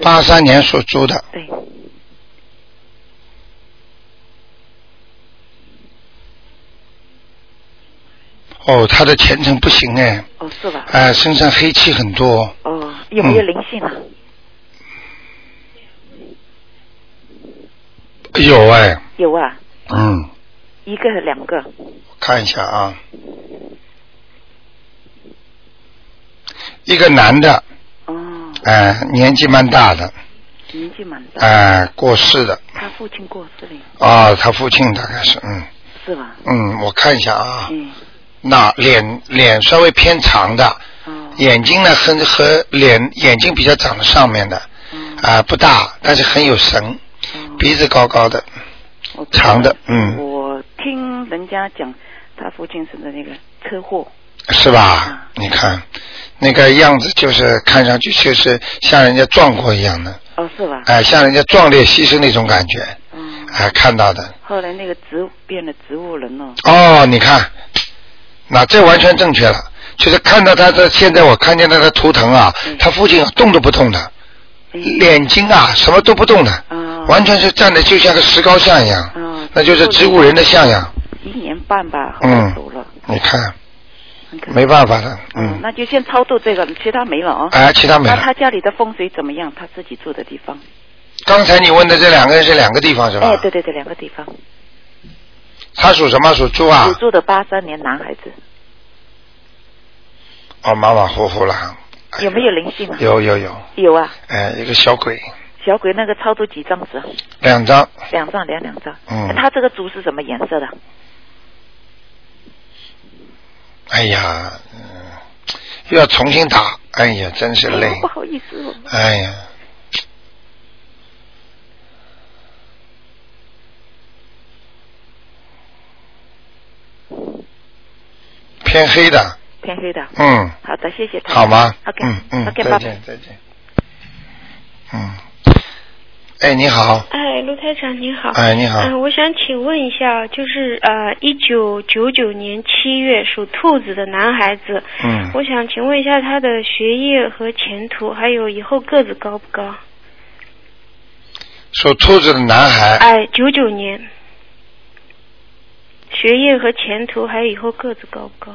Speaker 1: 八三年属猪的，
Speaker 5: 对，
Speaker 1: 哦，他的前程不行哎，
Speaker 5: 哦，是吧？
Speaker 1: 哎，身上黑气很多，
Speaker 5: 哦，有没有灵性啊？
Speaker 1: 嗯有哎，
Speaker 5: 有啊，
Speaker 1: 嗯。
Speaker 5: 一个和两个，
Speaker 1: 看一下啊，一个男的，
Speaker 5: 哦，
Speaker 1: 哎、年纪蛮大的，
Speaker 5: 年纪蛮大，
Speaker 1: 哎、过世的，
Speaker 5: 他父亲过世了，
Speaker 1: 啊、他父亲大概是，嗯
Speaker 5: 是吧？
Speaker 1: 嗯，我看一下啊，
Speaker 5: 嗯，
Speaker 1: 那脸脸稍微偏长的，
Speaker 5: 哦，
Speaker 1: 眼睛呢和和脸眼睛比较长的上面的，
Speaker 5: 嗯
Speaker 1: 啊、不大，但是很有神，
Speaker 5: 哦
Speaker 1: 鼻子高高的，
Speaker 5: 我知道
Speaker 1: 长的，嗯，
Speaker 5: 我听人家讲，他父亲是那个车祸，
Speaker 1: 是吧？你看那个样子，就是看上去就是像人家撞过一样的。
Speaker 5: 哦，是吧？
Speaker 1: 哎、像人家壮烈牺牲那种感觉，
Speaker 5: 嗯。
Speaker 1: 哎、看到的。
Speaker 5: 后来那个植物变了植物人哦，
Speaker 1: 哦，你看，那这完全正确了。就是看到他的，现在我看见他的图腾啊，
Speaker 5: 嗯
Speaker 1: 他父亲啊动都不动的，
Speaker 5: 哎，
Speaker 1: 眼睛啊什么都不动的，
Speaker 5: 哦，
Speaker 1: 完全是站的就像个石膏像一样，
Speaker 5: 哦，
Speaker 1: 那就是植物人的像样。
Speaker 5: 一年半吧，后
Speaker 1: 嗯
Speaker 5: 来走了，
Speaker 1: 你看，
Speaker 5: 很可
Speaker 1: 没办法的，
Speaker 5: 哦
Speaker 1: 嗯，
Speaker 5: 那就先超度这个，其他没了哦。
Speaker 1: 哎、其他没
Speaker 5: 那
Speaker 1: 了
Speaker 5: 他。家里的风水怎么样？他自己住的地方？
Speaker 1: 刚才你问的这两个人是两个地方是吧？
Speaker 5: 哎，对对对，两个地方。
Speaker 1: 他属什么？属猪啊
Speaker 5: 我？住的八三年男孩子，
Speaker 1: 哦，马马虎虎了。哎
Speaker 5: 有没有灵性啊？
Speaker 1: 有有有，
Speaker 5: 有啊，
Speaker 1: 哎，一个小鬼，
Speaker 5: 小鬼那个超度几张纸啊？
Speaker 1: 两张。
Speaker 5: 两张，两两张。
Speaker 1: 嗯
Speaker 5: 他这个竹是什么颜色的？
Speaker 1: 哎呀，嗯，又要重新打，哎呀，真是累
Speaker 5: 哎，不好意思哦，
Speaker 1: 哎呀，偏黑的，
Speaker 5: 偏黑的。
Speaker 1: 嗯，
Speaker 5: 好的，谢谢他。
Speaker 1: 好吗？
Speaker 5: OK，
Speaker 1: 嗯嗯
Speaker 5: OK，
Speaker 1: 再
Speaker 5: 拜
Speaker 1: 见再见，嗯，哎，你
Speaker 5: 啊
Speaker 1: 好，
Speaker 7: 哎，卢台长您好。
Speaker 1: 哎，你好，
Speaker 7: 嗯、我想请问一下，就是呃，一九九九年七月属兔子的男孩子，
Speaker 1: 嗯，
Speaker 7: 我想请问一下他的学业和前途，还有以后个子高不高？
Speaker 1: 属兔子的男
Speaker 5: 啊
Speaker 1: 孩，
Speaker 7: 哎，九九年，学业和前途，还有以后个子高不高？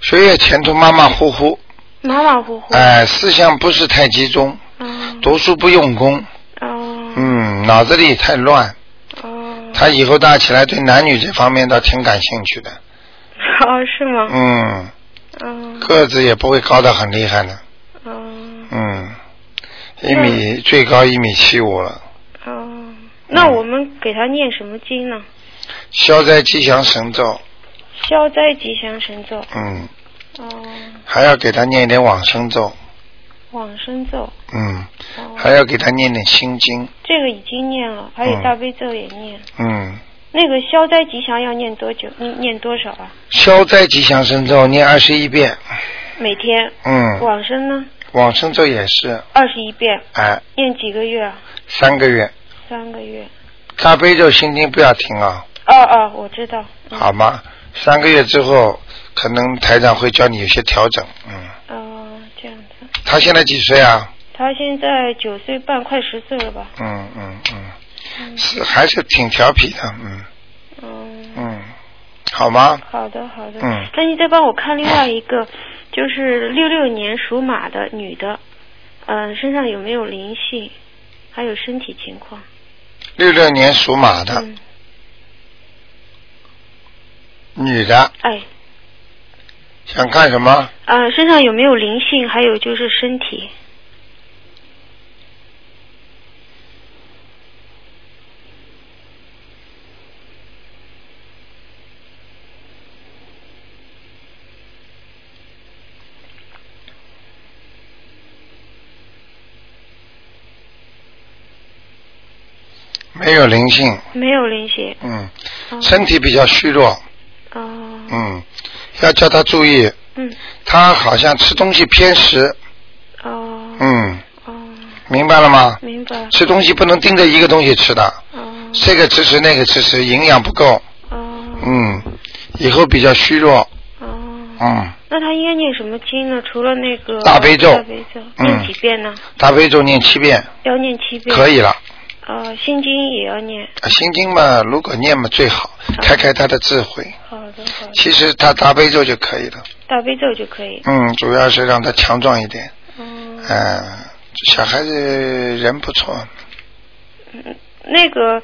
Speaker 1: 学业前途马马虎虎，
Speaker 7: 马马
Speaker 4: 嗯
Speaker 7: 虎虎。
Speaker 1: 哎，思想不是太集中，
Speaker 7: 嗯
Speaker 1: 读书不用功，
Speaker 7: 哦
Speaker 1: 嗯，脑子里太乱。
Speaker 7: 哦
Speaker 1: 他以后大起来对男女这方面倒挺感兴趣的，
Speaker 7: 哦，是吗？
Speaker 1: 嗯，
Speaker 7: 嗯
Speaker 1: 个子也不会高的很厉害的，
Speaker 7: 嗯
Speaker 1: 嗯，一米最高一米七五了。
Speaker 7: 哦，那我们给他念什么经呢？
Speaker 1: 消灾吉祥神咒，
Speaker 7: 消灾吉祥神咒。
Speaker 1: 嗯，
Speaker 7: 哦，
Speaker 1: 还要给他念一点往生咒，
Speaker 7: 往生咒，
Speaker 1: 嗯，
Speaker 7: 哦，
Speaker 1: 还要给他念点心经，
Speaker 7: 这个已经念了，还有大悲咒也念。
Speaker 1: 嗯，
Speaker 8: 那个消灾吉祥要念多久？念念多少啊？
Speaker 1: 消灾吉祥神咒念二十一遍，
Speaker 8: 每天。
Speaker 1: 嗯，
Speaker 8: 往生呢？
Speaker 1: 往生咒也是，
Speaker 8: 二十一遍，
Speaker 1: 哎，
Speaker 8: 念几个月？啊？
Speaker 1: 三个月，
Speaker 8: 三个月。
Speaker 1: 大悲咒心经不要停啊，
Speaker 8: 哦哦，我知道。嗯、
Speaker 1: 好吗？三个月之后，可能台长会教你有些调整。嗯，
Speaker 8: 哦，这样子。
Speaker 1: 他现在几岁啊？
Speaker 8: 他现在九岁半，快十岁了吧？
Speaker 1: 嗯嗯嗯，是还是挺调皮的，嗯
Speaker 8: 嗯，
Speaker 1: 嗯，好吗？
Speaker 8: 好的好的。
Speaker 1: 嗯
Speaker 8: 那你再帮我看另外一个，就是六六年属马的女的，嗯、身上有没有灵性？还有身体情况？
Speaker 1: 六六年属马的、
Speaker 8: 嗯，
Speaker 1: 女的，
Speaker 8: 哎，
Speaker 1: 想看什么？
Speaker 8: 呃，身上有没有灵性？还有就是身体，
Speaker 1: 没有灵性，
Speaker 8: 没有灵性。
Speaker 1: 嗯，
Speaker 8: 哦
Speaker 1: 身体比较虚弱，
Speaker 8: 哦，
Speaker 1: 嗯，要叫他注意，
Speaker 8: 嗯，
Speaker 1: 他好像吃东西偏食，
Speaker 8: 哦，
Speaker 1: 嗯，
Speaker 8: 哦，
Speaker 1: 明白了吗？
Speaker 8: 明白。
Speaker 1: 吃东西不能盯着一个东西吃的，
Speaker 8: 哦，
Speaker 1: 这个吃吃那个吃吃，营养不够，
Speaker 8: 哦，
Speaker 1: 嗯，以后比较虚弱，
Speaker 8: 哦，
Speaker 1: 嗯，
Speaker 8: 那他应该念什么经呢？除了那个
Speaker 1: 大悲咒
Speaker 8: 大悲咒
Speaker 1: 嗯
Speaker 8: 念几遍呢？嗯
Speaker 1: 大悲咒念七遍
Speaker 8: 要念七遍。
Speaker 1: 可。以了，
Speaker 8: 呃，心经也要念。
Speaker 1: 心经嘛，如果念嘛最好，开开他的智慧。
Speaker 8: 好的，好的，
Speaker 1: 其实他大悲咒就可以了，
Speaker 8: 大悲咒就可以。
Speaker 1: 嗯，主要是让他强壮一点，
Speaker 8: 嗯
Speaker 1: 嗯、，小孩子人不错，
Speaker 8: 嗯那个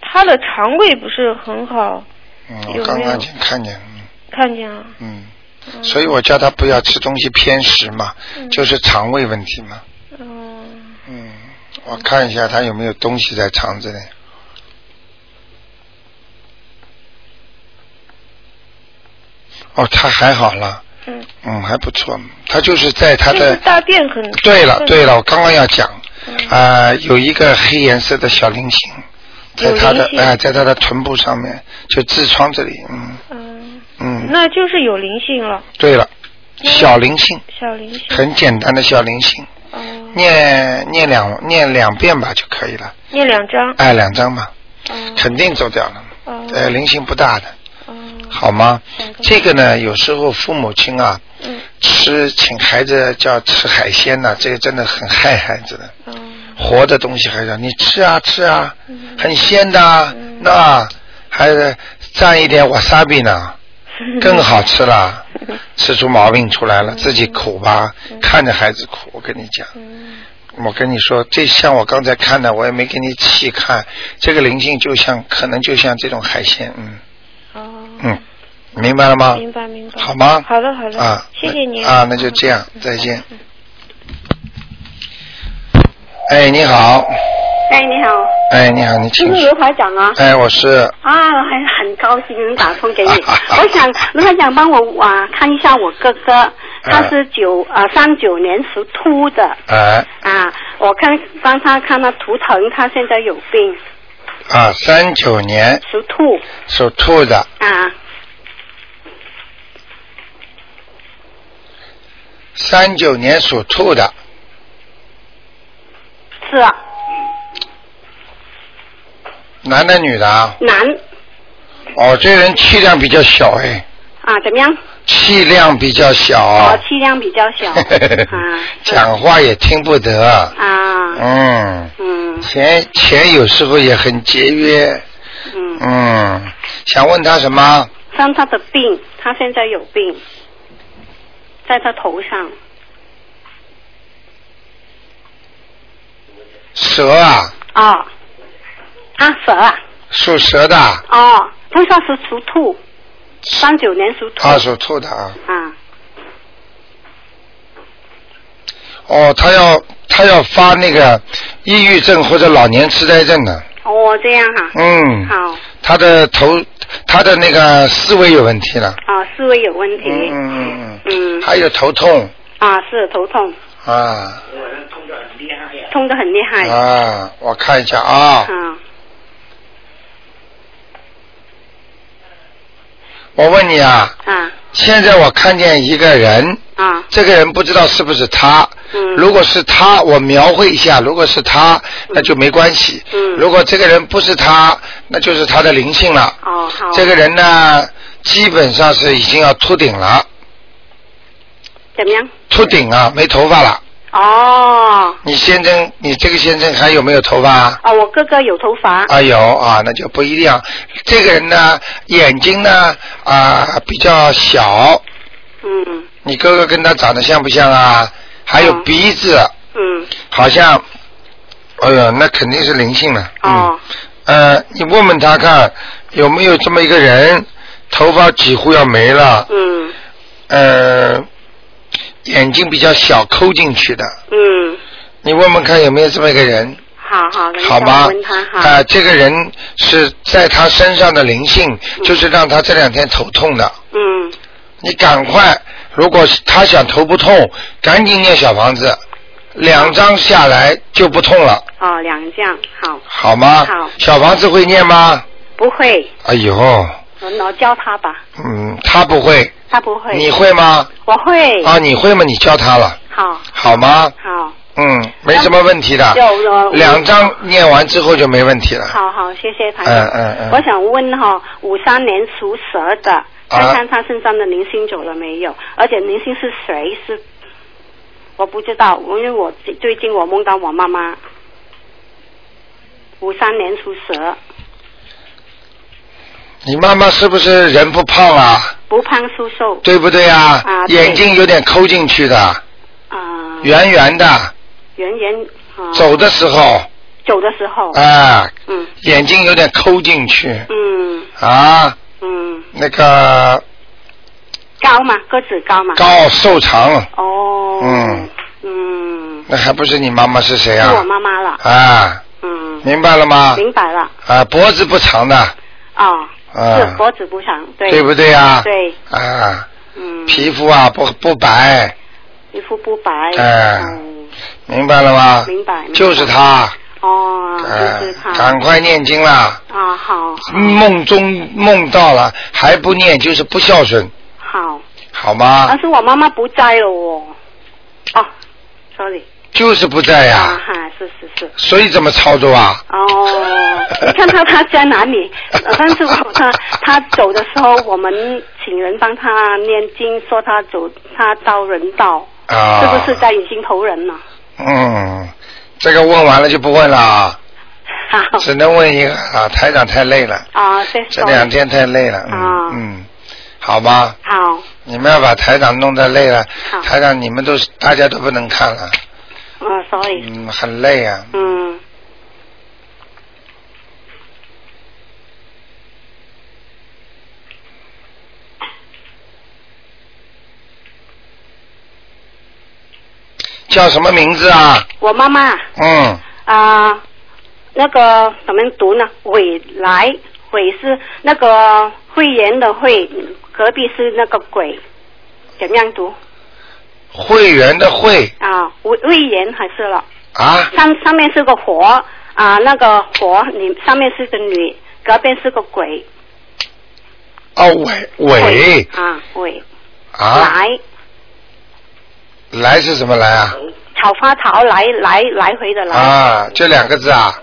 Speaker 8: 他的肠胃不是很好，
Speaker 1: 嗯，
Speaker 8: 有
Speaker 1: 我刚
Speaker 8: 没有
Speaker 1: 刚已经看见了，
Speaker 8: 看见啊了。
Speaker 1: 嗯，嗯所以我叫他不要吃东西偏食嘛，就是肠胃问题嘛，
Speaker 8: 嗯，
Speaker 1: 嗯，我看一下他有没有东西在肠子里，哦，他还好了，
Speaker 8: 嗯，
Speaker 1: 嗯，还不错，他就是在他
Speaker 8: 就是
Speaker 1: 的，
Speaker 8: 大便很。
Speaker 1: 对了
Speaker 8: 很
Speaker 1: 对了，我刚刚要讲，
Speaker 8: 嗯
Speaker 1: 啊、有一个黑颜色的小菱形，在
Speaker 8: 有
Speaker 1: 他的
Speaker 8: 菱形
Speaker 1: 哎、在他的臀部上面，就痔疮这里，嗯
Speaker 8: 嗯，
Speaker 1: 嗯，
Speaker 8: 那就是有灵性了，
Speaker 1: 对了，小菱形，
Speaker 8: 小灵性。
Speaker 1: 很简单的小菱形，
Speaker 8: 哦，
Speaker 1: 念念两念两遍吧就可以了，
Speaker 8: 念两张。
Speaker 1: 哎，两张吧，
Speaker 8: 哦
Speaker 1: 肯定走掉了，
Speaker 8: 哦
Speaker 1: 呃，菱形不大的，
Speaker 8: 哦，
Speaker 1: 好吗
Speaker 8: 好的？
Speaker 1: 这个呢，有时候父母亲啊，
Speaker 8: 嗯
Speaker 1: 吃请孩子叫吃海鲜呐、这个真的很害孩子的。
Speaker 8: 嗯
Speaker 1: 活的东西还让你吃啊吃啊，很鲜的啊，那还蘸一点瓦萨比呢，更好吃了，吃出毛病出来了，自己苦吧，看着孩子苦，我跟你讲，
Speaker 8: 嗯
Speaker 1: 我跟你说，这像我刚才看的，我也没给你细看，这个灵性就像可能就像这种海鲜，嗯
Speaker 8: 哦，
Speaker 1: 嗯，明白了吗？
Speaker 8: 明白明白。
Speaker 1: 好吗？
Speaker 8: 好的好的
Speaker 1: 啊，
Speaker 8: 谢谢您嗯
Speaker 1: 啊，那就这样，再见。哎，你好。
Speaker 4: 哎，你好，
Speaker 1: 哎，你好，你
Speaker 4: 是
Speaker 1: 请
Speaker 4: 不是
Speaker 1: 说
Speaker 4: 卢。台长啊？
Speaker 1: 哎，我是。
Speaker 4: 啊，还很高兴能打通给你我想卢台长帮我啊看一下我哥哥，他
Speaker 1: 哎
Speaker 4: 是九呃三九年属兔的
Speaker 1: 哎
Speaker 4: 啊，我看帮他看他图腾，他现在有病，
Speaker 1: 啊，三九年
Speaker 4: 属兔
Speaker 1: 属兔的，
Speaker 4: 啊，
Speaker 1: 三九年属兔的，
Speaker 4: 是啊
Speaker 1: 男的女的啊？
Speaker 4: 男
Speaker 1: 哦，这人气量比较小哎，
Speaker 4: 啊，怎么样？
Speaker 1: 气量比较小
Speaker 4: 哦
Speaker 1: 啊，，
Speaker 4: 气量比较小啊
Speaker 1: 讲话也听不得，
Speaker 4: 啊，
Speaker 1: 嗯，
Speaker 4: 嗯
Speaker 1: 钱钱有时候也很节约，
Speaker 4: 嗯，
Speaker 1: 嗯，想问他什么？
Speaker 4: 像他的病，他现在有病，在他头上
Speaker 1: 蛇啊，
Speaker 4: 啊啊蛇啊。
Speaker 1: 属蛇的啊，
Speaker 4: 哦，菩萨是属兔，三九年属兔。
Speaker 1: 啊，属兔的啊，
Speaker 4: 啊
Speaker 1: 哦，他要他要发那个抑郁症或者老年痴呆症的，
Speaker 4: 哦，这样哈、
Speaker 1: 嗯，
Speaker 4: 好，
Speaker 1: 他的头，他的那个思维有问题了。
Speaker 4: 啊，思维有问题。
Speaker 1: 嗯嗯嗯嗯。
Speaker 4: 嗯
Speaker 1: 还有头痛
Speaker 4: 啊，是头痛，
Speaker 1: 啊
Speaker 4: 痛哎得很厉害。
Speaker 8: 啊
Speaker 1: 啊！我看一下啊，
Speaker 4: 啊
Speaker 1: 我问你啊，
Speaker 8: 啊
Speaker 1: 现在我看见一个人，
Speaker 8: 啊
Speaker 1: 这个人不知道是不是他。
Speaker 8: 嗯
Speaker 1: 如果是他，我描绘一下，如果是他，那就没关系。
Speaker 8: 嗯
Speaker 1: 如果这个人不是他，那就是他的灵性了。
Speaker 8: 哦好
Speaker 1: 这个人呢，基本上是已经要秃顶了，
Speaker 8: 怎么样？
Speaker 1: 秃顶了，没头发了。
Speaker 8: 哦
Speaker 1: 你先生，你这个先生还有没有头发啊？
Speaker 8: 哦，我哥哥有头发，
Speaker 1: 啊有啊，那就不一样。这个人呢，眼睛呢啊、比较小，
Speaker 8: 嗯
Speaker 1: 你哥哥跟他长得像不像啊？还有
Speaker 8: 嗯
Speaker 1: 鼻子，
Speaker 8: 嗯
Speaker 1: 好像，哎呦，那肯定是灵性了。
Speaker 8: 哦
Speaker 1: 嗯。呃，你问问他看有没有这么一个人，头发几乎要没了，
Speaker 8: 嗯
Speaker 1: 呃，眼睛比较小，抠进去的。
Speaker 8: 嗯，
Speaker 1: 你问问看有没有这么一个人，
Speaker 8: 好好，等一下
Speaker 1: 好吗
Speaker 8: 我问他？
Speaker 1: 啊、
Speaker 8: 哈，
Speaker 1: 这个人是在他身上的灵性，就是让他这两天头痛的。
Speaker 8: 嗯
Speaker 1: 你赶快，如果是他想头不痛，赶紧念小房子，两张下来就不痛了，
Speaker 8: 哦，两将好，
Speaker 1: 好吗？
Speaker 8: 好
Speaker 1: 小房子会念吗？
Speaker 8: 不会，
Speaker 1: 哎呦，
Speaker 8: 我我教他吧，
Speaker 1: 嗯，他不会，
Speaker 8: 他不会，
Speaker 1: 你会吗？
Speaker 8: 我会，
Speaker 1: 啊，你会吗？你教他了，
Speaker 8: 好
Speaker 1: 好吗？
Speaker 8: 好
Speaker 1: 嗯，没什么问题的
Speaker 8: 有有，
Speaker 1: 两张念完之后就没问题了。
Speaker 8: 好好，谢谢台长。
Speaker 1: 嗯嗯嗯
Speaker 8: 我想问哈、五三年属蛇的，看
Speaker 1: 啊
Speaker 8: 看他身上的灵性走了没有？而且灵性是谁？是我不知道，因为我最最近我梦到我妈妈。五三年属蛇，
Speaker 1: 你妈妈是不是人不胖啊？
Speaker 8: 不胖瘦瘦，
Speaker 1: 对不对啊？
Speaker 8: 啊对
Speaker 1: 眼睛有点抠进去的，
Speaker 8: 啊、
Speaker 1: 圆圆的，
Speaker 8: 圆圆啊，
Speaker 1: 走的时候
Speaker 8: 走的时候，
Speaker 1: 啊，
Speaker 8: 嗯
Speaker 1: 眼睛有点抠进去
Speaker 8: 嗯
Speaker 1: 啊，
Speaker 8: 嗯，
Speaker 1: 那个
Speaker 8: 高嘛，个子高嘛，
Speaker 1: 高瘦长，
Speaker 8: 哦，
Speaker 1: 嗯
Speaker 8: 嗯，
Speaker 1: 那还不是你妈妈是谁
Speaker 8: 是我
Speaker 1: 啊？
Speaker 8: 妈妈了，
Speaker 1: 啊，
Speaker 8: 嗯，
Speaker 1: 明白了吗？
Speaker 8: 明白了。
Speaker 1: 啊，脖子不长的，
Speaker 8: 啊，
Speaker 1: 啊
Speaker 8: 是脖子不长，对
Speaker 1: 对不对啊？
Speaker 8: 对，
Speaker 1: 啊，
Speaker 8: 嗯，
Speaker 1: 皮肤啊不不白，
Speaker 8: 皮肤不白，
Speaker 1: 哎
Speaker 8: 嗯，
Speaker 1: 明白了吗？
Speaker 8: 明白，明白
Speaker 1: 就是，他，
Speaker 8: 哦，
Speaker 1: 啊
Speaker 8: 就是，他
Speaker 1: 赶，快念经啦！
Speaker 8: 啊，好，好
Speaker 1: 梦中梦到了还不念，就是不孝顺，
Speaker 8: 好，
Speaker 1: 好吗
Speaker 8: 但？是我妈妈不在了哦，哦，sorry，
Speaker 1: 就是不在呀、
Speaker 8: 啊哈，是是是。
Speaker 1: 所以怎么操作啊？
Speaker 8: 哦，你看他他在哪里？呃但是我他他走的时候，我们请人帮他念经，说他走他到人道，
Speaker 1: 啊，
Speaker 8: 是不是在已经投人了？
Speaker 1: 嗯，这个问完了就不问了啊，
Speaker 8: 好
Speaker 1: 只能问一个啊。台长太累了，
Speaker 8: 哦啊，对，
Speaker 1: 这两天太累了，
Speaker 8: 啊
Speaker 1: 嗯嗯，好吧，
Speaker 8: 好。
Speaker 1: 你们要把台长弄得累了
Speaker 8: 好，
Speaker 1: 台长你们都是大家都不能看了，
Speaker 8: 嗯，sorry，
Speaker 1: 嗯，很累啊，
Speaker 8: 嗯，
Speaker 1: 叫什么名字啊？
Speaker 8: 我妈妈
Speaker 1: 嗯，
Speaker 8: 啊、那个怎么读呢？伟来，伟是那个会员的会，
Speaker 4: 嗯
Speaker 8: 隔壁是那个鬼，怎么样读
Speaker 1: 会员的会
Speaker 8: 啊？魏魏延还是了，
Speaker 1: 啊，
Speaker 8: 上上面是个火啊，那个火你上面是个女，隔壁是个鬼，
Speaker 1: 哦伟伟
Speaker 8: 啊伟、
Speaker 1: 啊，
Speaker 8: 来，
Speaker 1: 来是什么来啊？
Speaker 8: 草花草来来来回的来，
Speaker 1: 啊，就两个字啊，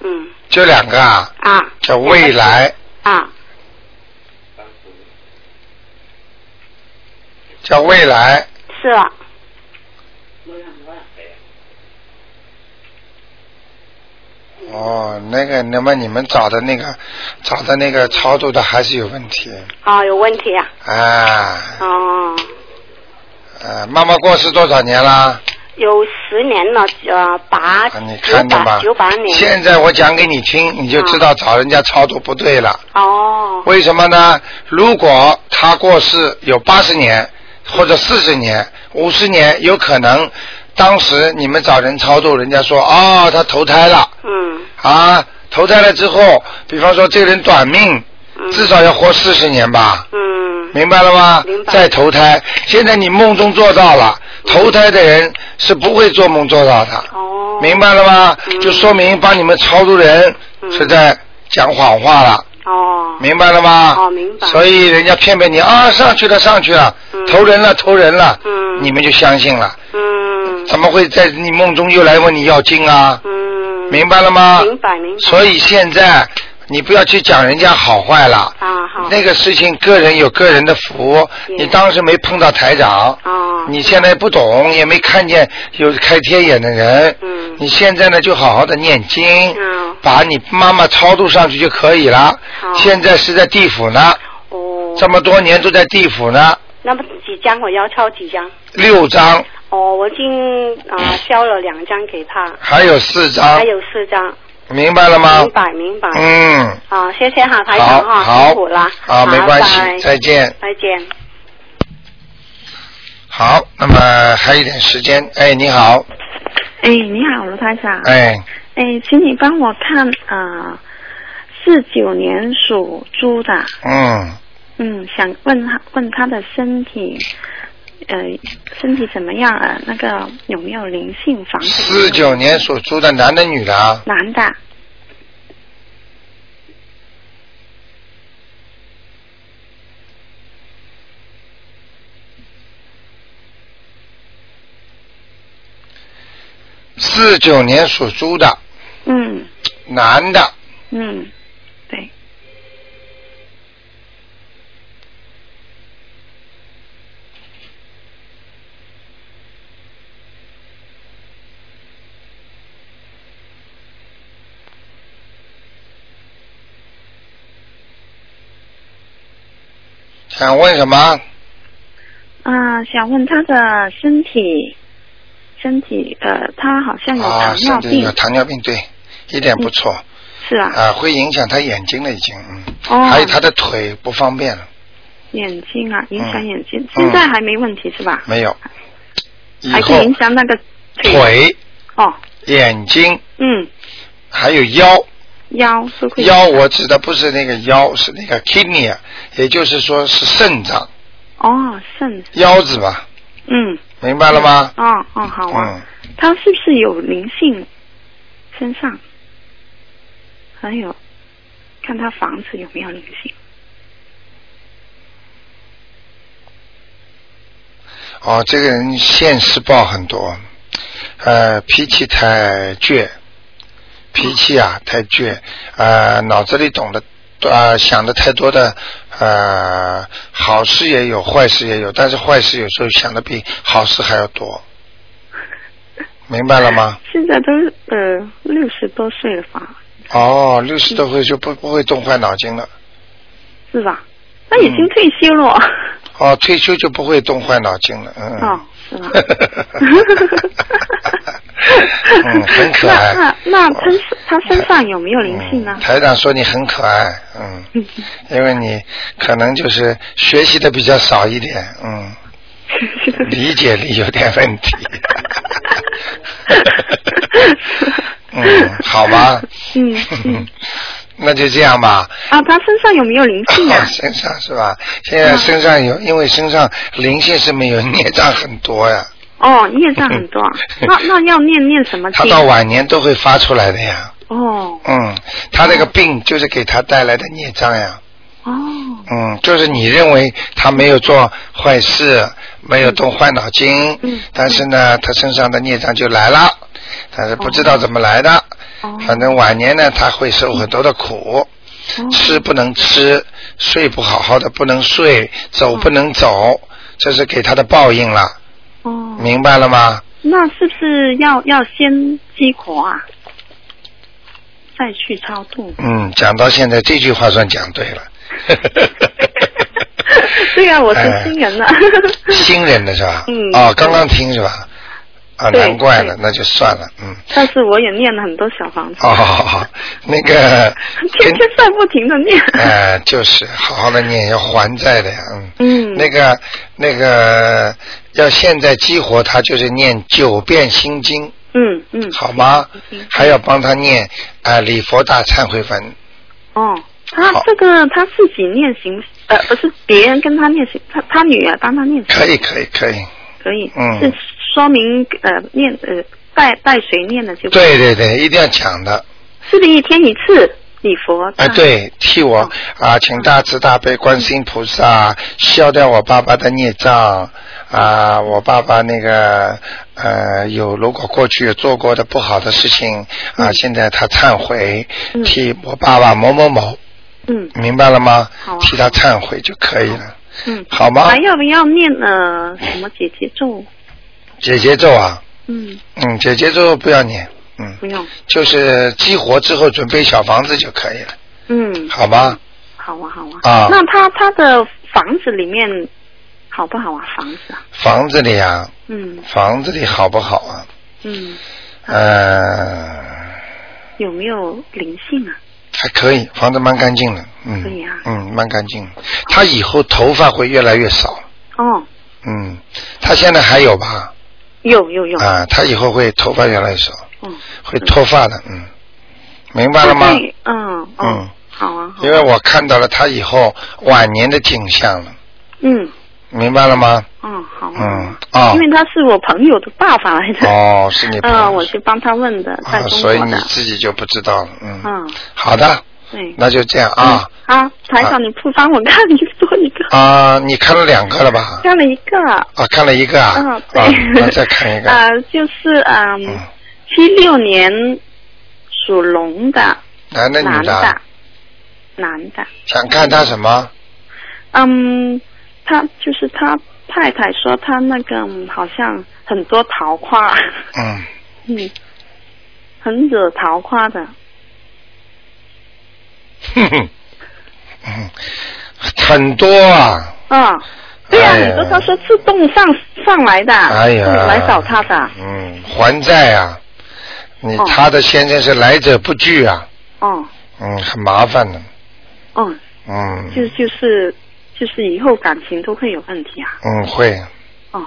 Speaker 8: 嗯
Speaker 1: 就两个啊，
Speaker 8: 啊
Speaker 1: 叫未来，
Speaker 8: 啊
Speaker 1: 叫未来。
Speaker 8: 是啊了，
Speaker 1: 哦，那个，那么你们找的那个，找的那个操作的还是有问题
Speaker 8: 啊有问题啊，
Speaker 1: 啊。
Speaker 8: 哦、
Speaker 1: 呃，妈妈过世多少年啦？
Speaker 8: 有十年了，呃，八
Speaker 1: 啊你
Speaker 8: 九
Speaker 1: 看着吧
Speaker 8: 八。九八年。啊
Speaker 1: 现在我讲给你听，你就知道找人家操作不对了。
Speaker 8: 哦，
Speaker 1: 为什么呢？如果他过世有八十年，或者四十年、五十年，有可能当时你们找人操作，人家说哦，他投胎了
Speaker 8: 嗯
Speaker 1: 啊，投胎了之后，比方说这个人短命，
Speaker 8: 嗯
Speaker 1: 至少要活四十年吧。
Speaker 8: 嗯
Speaker 1: 明白了吗？
Speaker 8: 明白
Speaker 1: 再投胎，现在你梦中做到了，
Speaker 9: 嗯
Speaker 1: 投胎的人是不会做梦做到的，
Speaker 8: 哦，
Speaker 1: 明白了吗？
Speaker 8: 嗯
Speaker 1: 就说明帮你们超度人
Speaker 8: 嗯
Speaker 1: 是在讲谎话了，
Speaker 8: 哦
Speaker 1: 明白了吗？
Speaker 9: 哦明白
Speaker 1: 所以人家骗骗你啊，上去了，上去了，投人了，投人了，你们就相信了。
Speaker 9: 嗯
Speaker 1: 怎么会在你梦中又来问你要经啊？
Speaker 9: 嗯，
Speaker 1: 明白了吗？
Speaker 9: 明白明白。
Speaker 1: 所以现在你不要去讲人家好坏了。
Speaker 9: 啊好，
Speaker 1: 那个事情，个人有个人的福。你当时没碰到台长，
Speaker 9: 哦
Speaker 1: 你现在不懂，也没看见有开天眼的人。
Speaker 9: 嗯
Speaker 1: 你现在呢，就好好的念经，
Speaker 9: 嗯
Speaker 1: 把你妈妈超度上去就可以了。
Speaker 9: 好
Speaker 1: 现在是在地府呢，
Speaker 9: 哦，
Speaker 1: 这么多年都在地府呢，
Speaker 9: 那么几张我要抄几张？
Speaker 1: 六张
Speaker 9: 哦，我已经啊、
Speaker 1: 嗯
Speaker 9: 呃消了两张给他，
Speaker 1: 还有四张
Speaker 9: 还，有四张，
Speaker 1: 明白了吗
Speaker 9: 明？白明白。
Speaker 1: 啊嗯，
Speaker 9: 啊，谢谢哈，台
Speaker 1: 好
Speaker 9: 长哈，
Speaker 1: 好
Speaker 9: 辛苦啦。
Speaker 1: 好，没关系
Speaker 9: 拜，
Speaker 1: 再见。
Speaker 9: 再见。
Speaker 1: 好，那么还有一点时间，哎，你好，
Speaker 8: 哎，你好，卢台长。
Speaker 1: 哎，
Speaker 8: 哎，请你帮我看啊，四、9九年属猪的，
Speaker 1: 嗯，
Speaker 8: 嗯，想问他问他的身体，呃，身体怎么样啊？那个有没有灵性房子？
Speaker 1: 四九年属猪的男的女的啊？
Speaker 8: 男的，
Speaker 1: 四九年属猪的
Speaker 8: 嗯
Speaker 1: 男的，
Speaker 8: 嗯，对，
Speaker 1: 想问什么？
Speaker 8: 啊、想问他的身体，身体呃，他好像有
Speaker 1: 啊，
Speaker 8: 糖
Speaker 1: 身
Speaker 8: 尿
Speaker 1: 体
Speaker 8: 病，嗯
Speaker 1: 有糖尿病，对，一点不错，
Speaker 8: 是啊，
Speaker 1: 啊，会影响他眼睛了已经，嗯，
Speaker 8: 哦，
Speaker 1: 还有他的腿不方便了，
Speaker 8: 眼睛啊，影响
Speaker 1: 嗯
Speaker 8: 眼睛，
Speaker 1: 嗯
Speaker 8: 现在还没问题是吧？
Speaker 1: 没有，以
Speaker 8: 还
Speaker 1: 后
Speaker 8: 是影响那个
Speaker 1: 腿、
Speaker 8: 哦，
Speaker 1: 眼睛
Speaker 8: 嗯，
Speaker 1: 还有腰，
Speaker 8: 腰是会
Speaker 1: 腰我指的不是那个腰，是那个 kidney，啊也就是说是肾脏，
Speaker 8: 哦，肾，
Speaker 1: 腰子嘛，
Speaker 8: 嗯，
Speaker 1: 明白了吗？
Speaker 8: 哦哦，好啊，
Speaker 1: 嗯，
Speaker 8: 他是不是有灵性身上？还有，看他房子有没有灵性？
Speaker 1: 哦，这个人现世报很多，呃，脾气太倔，脾气啊太倔，呃，脑子里懂得呃想的太多的，呃，好事也有，坏事也有，但是坏事有时候想的比好事还要多，明白了吗？
Speaker 8: 现在都呃六十多岁了吧，
Speaker 1: 哦，六十多岁就不不会动坏脑筋了，
Speaker 8: 是吧？那已经
Speaker 1: 嗯
Speaker 8: 退休了，
Speaker 1: 哦，退休就不会动坏脑筋了，嗯。
Speaker 8: 哦，是吧？
Speaker 1: 嗯，很可爱。哦
Speaker 8: 那那那他他身上有没有灵性呢
Speaker 1: 嗯？台长说你很可爱， 嗯，因为你可能就是学习的比较少一点，嗯， 理解力有点问题。嗯，好吧。
Speaker 8: 嗯嗯
Speaker 1: 那就这样吧。？
Speaker 8: 啊，他身上有没有灵性啊
Speaker 1: 身上是吧？现
Speaker 8: 嗯
Speaker 1: 在身上有，因为身上灵性是没有，孽障很多呀。，
Speaker 8: 哦，业障很多啊 那那要念念什么
Speaker 1: 他
Speaker 8: 经？
Speaker 1: 到晚年都会发出来的呀。
Speaker 8: 哦
Speaker 1: 嗯，他那个病就是给他带来的孽障呀。
Speaker 8: 哦，
Speaker 1: 嗯，就是你认为他没有做坏事，没有动坏脑筋，
Speaker 8: 嗯
Speaker 1: 但是呢，他身上的孽障就来了，但是不知道怎么来的。
Speaker 8: 哦
Speaker 1: 反正晚年呢，他会受很多的苦，
Speaker 8: 哦
Speaker 1: 吃不能吃，睡不好好的不能睡，走不能走，这是给他的报应了，
Speaker 8: 哦，
Speaker 1: 明白了吗？
Speaker 8: 那是不是要要先激活啊，再去超 度？
Speaker 1: 嗯，讲到现在这句话算讲对 了。
Speaker 8: 对啊，我是
Speaker 1: 哎
Speaker 8: 新人了。
Speaker 1: 新人的是吧？
Speaker 8: 嗯
Speaker 1: 哦，刚刚听是吧？啊，
Speaker 8: 对
Speaker 1: 难怪了，
Speaker 8: 对
Speaker 1: 那就算了，嗯。
Speaker 8: 但是我也念了很多小房子，
Speaker 1: 哦，好好好，那 个
Speaker 8: 天天在不停的念。
Speaker 1: 呃，就是好好的念，要还债的呀，嗯。
Speaker 8: 嗯，
Speaker 1: 那个那个，要现在激活他，就是念九遍心经，
Speaker 8: 嗯嗯，
Speaker 1: 好吗
Speaker 8: 心经？
Speaker 1: 还要帮他念啊、呃礼佛大忏悔文。
Speaker 8: 哦，他
Speaker 1: 好
Speaker 8: 这个他自己念行，呃，不是别人跟他念行，他他女儿帮他念行
Speaker 1: 可以可以可以，
Speaker 8: 可以，
Speaker 1: 嗯
Speaker 8: 是说明呃念呃带带谁念的就可以
Speaker 1: 对对对，一定要讲的。
Speaker 8: 是不是一天一次？礼佛。
Speaker 1: 哎，对，替
Speaker 8: 哦
Speaker 1: 我啊，请大慈大悲观世音菩萨消掉我爸爸的孽障啊！我爸爸那个呃，有如果过去有做过的不好的事情
Speaker 8: 嗯
Speaker 1: 啊，现在他忏悔，替我爸爸某某某，
Speaker 8: 嗯
Speaker 1: 明白了吗
Speaker 8: 好啊？
Speaker 1: 替他忏悔就可以了，
Speaker 8: 嗯，
Speaker 1: 好吗
Speaker 8: 还要不要念呃什么姐姐咒？
Speaker 1: 姐姐咒啊，
Speaker 8: 嗯，
Speaker 1: 嗯，姐姐咒不要念，嗯
Speaker 8: 不用。
Speaker 1: 就是激活之后准备小房子就可以了，
Speaker 8: 嗯，
Speaker 1: 好吗？
Speaker 8: 好啊，好啊。
Speaker 1: 啊，
Speaker 8: 那他他的房子里面好不好啊？房子啊，
Speaker 1: 房子里啊，
Speaker 8: 嗯
Speaker 1: 房子里好不好啊？
Speaker 8: 嗯，
Speaker 1: 呃，
Speaker 8: 有没有灵性啊？
Speaker 1: 还可以，房子蛮干净的，嗯，
Speaker 8: 可以啊
Speaker 1: 嗯，蛮干净的。他以后头发会越来越少，
Speaker 8: 哦，
Speaker 1: 嗯，他现在还有吧？
Speaker 8: 有有有。
Speaker 1: 啊，他以后会头发越来越少，
Speaker 8: 嗯，
Speaker 1: 会脱发的，嗯，明白了吗
Speaker 8: 他？在嗯哦，
Speaker 1: 嗯，
Speaker 8: 好啊，好啊
Speaker 1: 因为我看到了他以后晚年的景象了，
Speaker 8: 嗯
Speaker 1: 明白了吗？
Speaker 8: 嗯好啊，
Speaker 1: 嗯，啊
Speaker 8: 因，为他是我朋友的爸爸来的。
Speaker 1: 哦，是你朋友
Speaker 8: 嗯，我去帮他问的，在
Speaker 1: 啊，
Speaker 8: 中
Speaker 1: 所以
Speaker 8: 国
Speaker 1: 你
Speaker 8: 的。
Speaker 1: 自己就不知道了，嗯，
Speaker 8: 嗯，
Speaker 1: 好的，
Speaker 8: 对。
Speaker 1: 那就这样啊
Speaker 8: 啊，台
Speaker 1: 啊
Speaker 8: 长，你不帮我看一做一个，
Speaker 1: 啊，你看了两个了吧？
Speaker 8: 看了一个。
Speaker 1: 啊，看了一个啊，
Speaker 8: 嗯，
Speaker 1: 啊，那
Speaker 8: 对。
Speaker 1: 再看一 个，
Speaker 8: 啊，就是嗯，七六年属龙的
Speaker 1: 男的
Speaker 8: 男
Speaker 1: 女
Speaker 8: 的，男的，
Speaker 1: 想看他什么？
Speaker 8: 嗯，他就是他太太说他那个嗯好像很多桃花，
Speaker 1: 嗯，
Speaker 8: 嗯，很惹桃花的，
Speaker 1: 哼哼，嗯，很多啊，
Speaker 8: 嗯，对呀、
Speaker 1: 哎呀
Speaker 8: 你说他说自动上上来的，
Speaker 1: 哎呀
Speaker 8: 是来找他的，啊
Speaker 1: 嗯，还债啊，你
Speaker 8: 哦
Speaker 1: 他的先生是来者不拒啊，
Speaker 8: 哦
Speaker 1: 嗯，很麻烦的，
Speaker 8: 哦，
Speaker 1: 嗯
Speaker 8: 就就是就是以后感情都会有问题啊，
Speaker 1: 嗯，会
Speaker 8: 哦，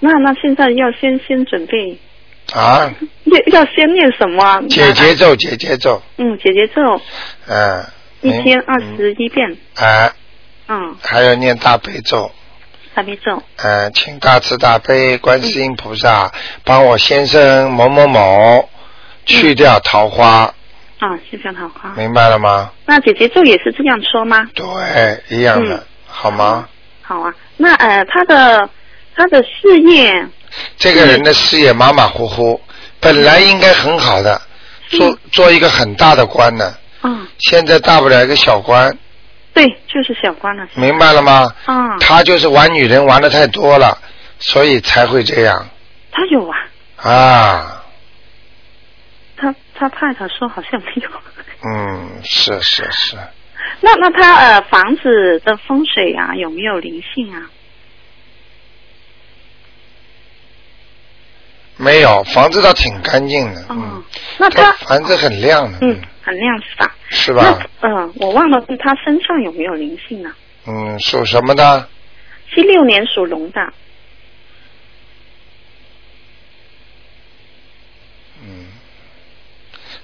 Speaker 8: 那那现在要先先准备，
Speaker 1: 啊，
Speaker 8: 要要先念什么啊？
Speaker 1: 姐姐咒，姐姐咒，
Speaker 8: 嗯，姐姐咒
Speaker 1: 嗯，
Speaker 8: 一
Speaker 1: 明
Speaker 8: 天二十一遍，
Speaker 1: 啊，
Speaker 8: 嗯，
Speaker 1: 还要念大悲咒，
Speaker 8: 大悲咒，
Speaker 1: 呃，请大慈大悲观世音菩萨帮我先生某某某去掉桃花，
Speaker 8: 啊，谢谢桃花。
Speaker 1: 明白了吗？
Speaker 8: 那姐姐咒也是这样说吗？
Speaker 1: 对，一样的，
Speaker 8: 嗯
Speaker 1: 好吗？
Speaker 8: 好啊，那呃，他的他的事业，
Speaker 1: 这个人的事业马马虎虎，本来应该很好的，做做一个很大的官呢，
Speaker 8: 嗯，
Speaker 1: 现在大不了一个小官，
Speaker 8: 对，就是小官了，
Speaker 1: 明白了吗？
Speaker 8: 啊，
Speaker 1: 他就是玩女人玩的太多了，所以才会这样
Speaker 8: 他有啊，
Speaker 1: 啊。
Speaker 8: 他他太太说好像没有。
Speaker 1: 嗯，是是是，
Speaker 8: 那那他呃房子的风水啊有没有灵性啊？
Speaker 1: 没有房子倒挺干净的，嗯。
Speaker 8: 哦 那
Speaker 1: 它
Speaker 8: 他
Speaker 1: 房子很亮的，
Speaker 8: 嗯很亮是吧？
Speaker 1: 是
Speaker 8: 那
Speaker 1: 吧？
Speaker 8: 嗯、呃，我忘了问他身上有没有灵性啊？
Speaker 1: 嗯，属什么的？
Speaker 8: 七六年属龙的，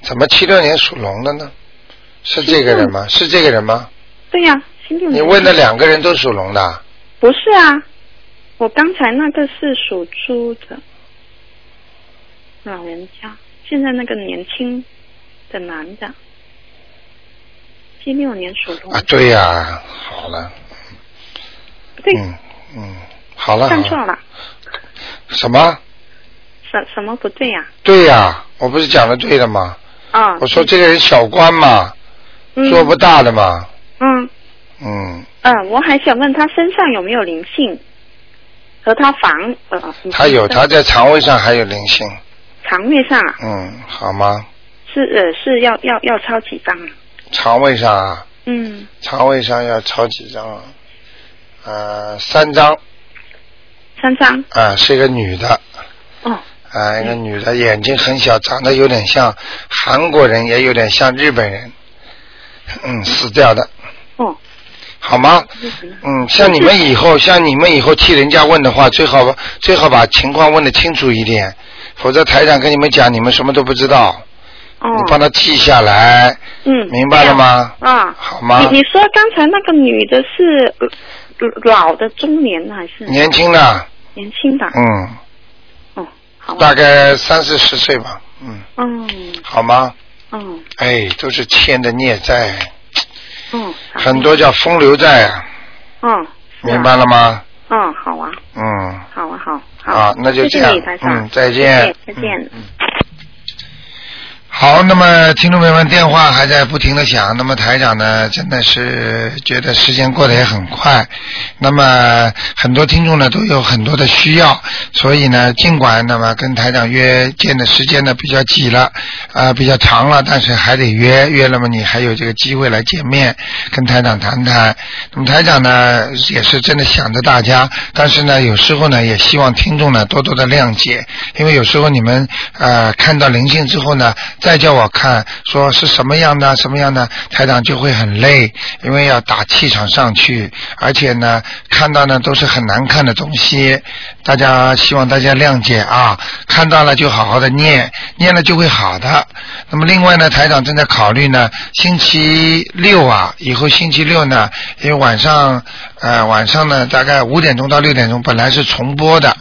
Speaker 1: 怎么七六年属龙的呢？是这个人吗？是这个人吗？
Speaker 8: 对呀、七六
Speaker 1: 你
Speaker 8: 年。
Speaker 1: 问的两个人都属龙的，
Speaker 8: 不是啊，我刚才那个是属猪的，老人家，现在那个年轻的男的，七六年属龙，
Speaker 1: 啊，对呀、好了，
Speaker 8: 对，
Speaker 1: 嗯嗯，好了，好
Speaker 8: 看
Speaker 1: 了
Speaker 8: 错了，
Speaker 1: 什么？
Speaker 8: 什什么不对呀、
Speaker 1: 对呀、我不是讲的对的吗？
Speaker 8: 啊？
Speaker 1: 我说这个人小官嘛，
Speaker 8: 嗯
Speaker 1: 做不大的嘛，
Speaker 8: 嗯
Speaker 1: 嗯，
Speaker 8: 嗯，我还想问他身上有没有灵性，和他房呃，
Speaker 1: 他有
Speaker 8: 你
Speaker 1: 他在肠胃上还有灵性，
Speaker 8: 肠胃上啊，
Speaker 1: 嗯，好吗？
Speaker 8: 是呃是要要要抄几张啊？
Speaker 1: 肠胃上啊，
Speaker 8: 嗯，
Speaker 1: 肠胃上要抄几张啊？呃，三张。
Speaker 8: 三张
Speaker 1: 啊，是一个女的，
Speaker 8: 哦，
Speaker 1: 啊，一个女的，眼睛很小，长得有点像韩国人，也有点像日本人，嗯，死掉的，
Speaker 8: 哦，
Speaker 1: 好吗？嗯，像你们以后，像你们以后替人家问的话，最好把最好把情况问得清楚一点，否则台长跟你们讲，你们什么都不知道，
Speaker 8: 哦，
Speaker 1: 你帮他记下来，
Speaker 8: 嗯，
Speaker 1: 明白了吗？
Speaker 8: 啊，
Speaker 1: 好吗
Speaker 8: 你你说刚才那个女的是呃老的、中年的还是
Speaker 1: 年轻的，
Speaker 8: 年轻的？
Speaker 1: 嗯，
Speaker 8: 哦，好啊，
Speaker 1: 大概三四十岁吧，嗯，
Speaker 8: 嗯，
Speaker 1: 好吗？
Speaker 8: 嗯
Speaker 1: 哎，都是欠的孽债，
Speaker 8: 嗯
Speaker 1: 很多叫风流债啊，
Speaker 8: 嗯
Speaker 1: 明白了吗？
Speaker 8: 嗯，好啊，
Speaker 1: 嗯，
Speaker 8: 好啊，好。
Speaker 1: 好，那就这
Speaker 8: 谢
Speaker 1: 样
Speaker 8: 谢你，台，长
Speaker 1: 嗯，再见。
Speaker 8: 谢谢再见。
Speaker 1: 好，那么听众朋友们，电话还在不停的响。那么台长呢，真的是觉得时间过得也很快。那么很多听众呢都有很多的需要，所以呢，尽管那么跟台长约见的时间呢比较挤了，啊、比较长了，但是还得约约。那么你还有这个机会来见面，跟台长谈谈。那么台长呢也是真的想着大家，但是呢有时候呢也希望听众呢多多的谅解，因为有时候你们呃看到灵性之后呢，再叫我看说是什么样的什么样的，台长就会很累，因为要打气场上去，而且呢看到呢都是很难看的东西，大家希望大家谅解啊，看到了就好好的念，念了就会好的。那么另外呢，台长正在考虑呢，星期六啊，以后星期六呢，因为晚上呃晚上呢大概五点钟到六点钟本来是重播的，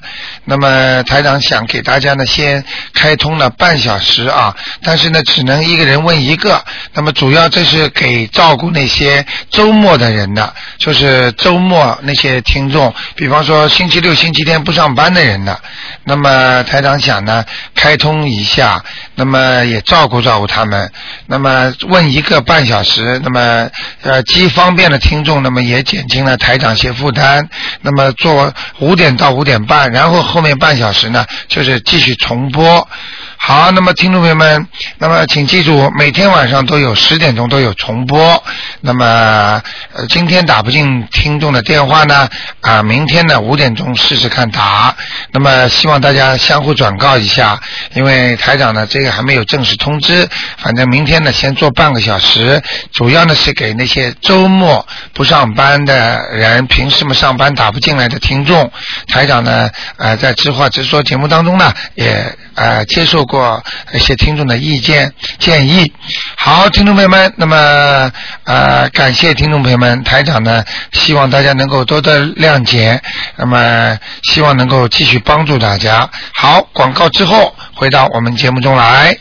Speaker 1: 那么台长想给大家呢先开通了半小时啊，但是呢只能一个人问一个，那么主要这是给照顾那些周末的人的，就是周末那些听众，比方说星期六、星期天不上班的人的，那么台长想呢开通一下，那么也照顾照顾他们，那么问一个半小时，那么呃既方便了听众，那么也减轻了台长一些负担，那么做五点到五点半，然后后面半小时呢就是继续重播。好，那么听众朋友们，那么请记住，每天晚上都有十点钟都有重播。那么、呃、今天打不进听众的电话呢，啊、明天呢五点钟试试看打。那么希望大家相互转告一下，因为台长呢这个还没有正式通知，反正明天呢先做半个小时，主要呢是给那些周末不上班的人，平时嘛上班打不进来的听众。台长呢，呃，在知话直说节目当中呢，也呃接受过一些听众的意见建议。好，听众朋友们，那么呃，感谢听众朋友们，台长呢，希望大家能够多多谅解，那么希望能够继续帮助大家。好，广告之后回到我们节目中来。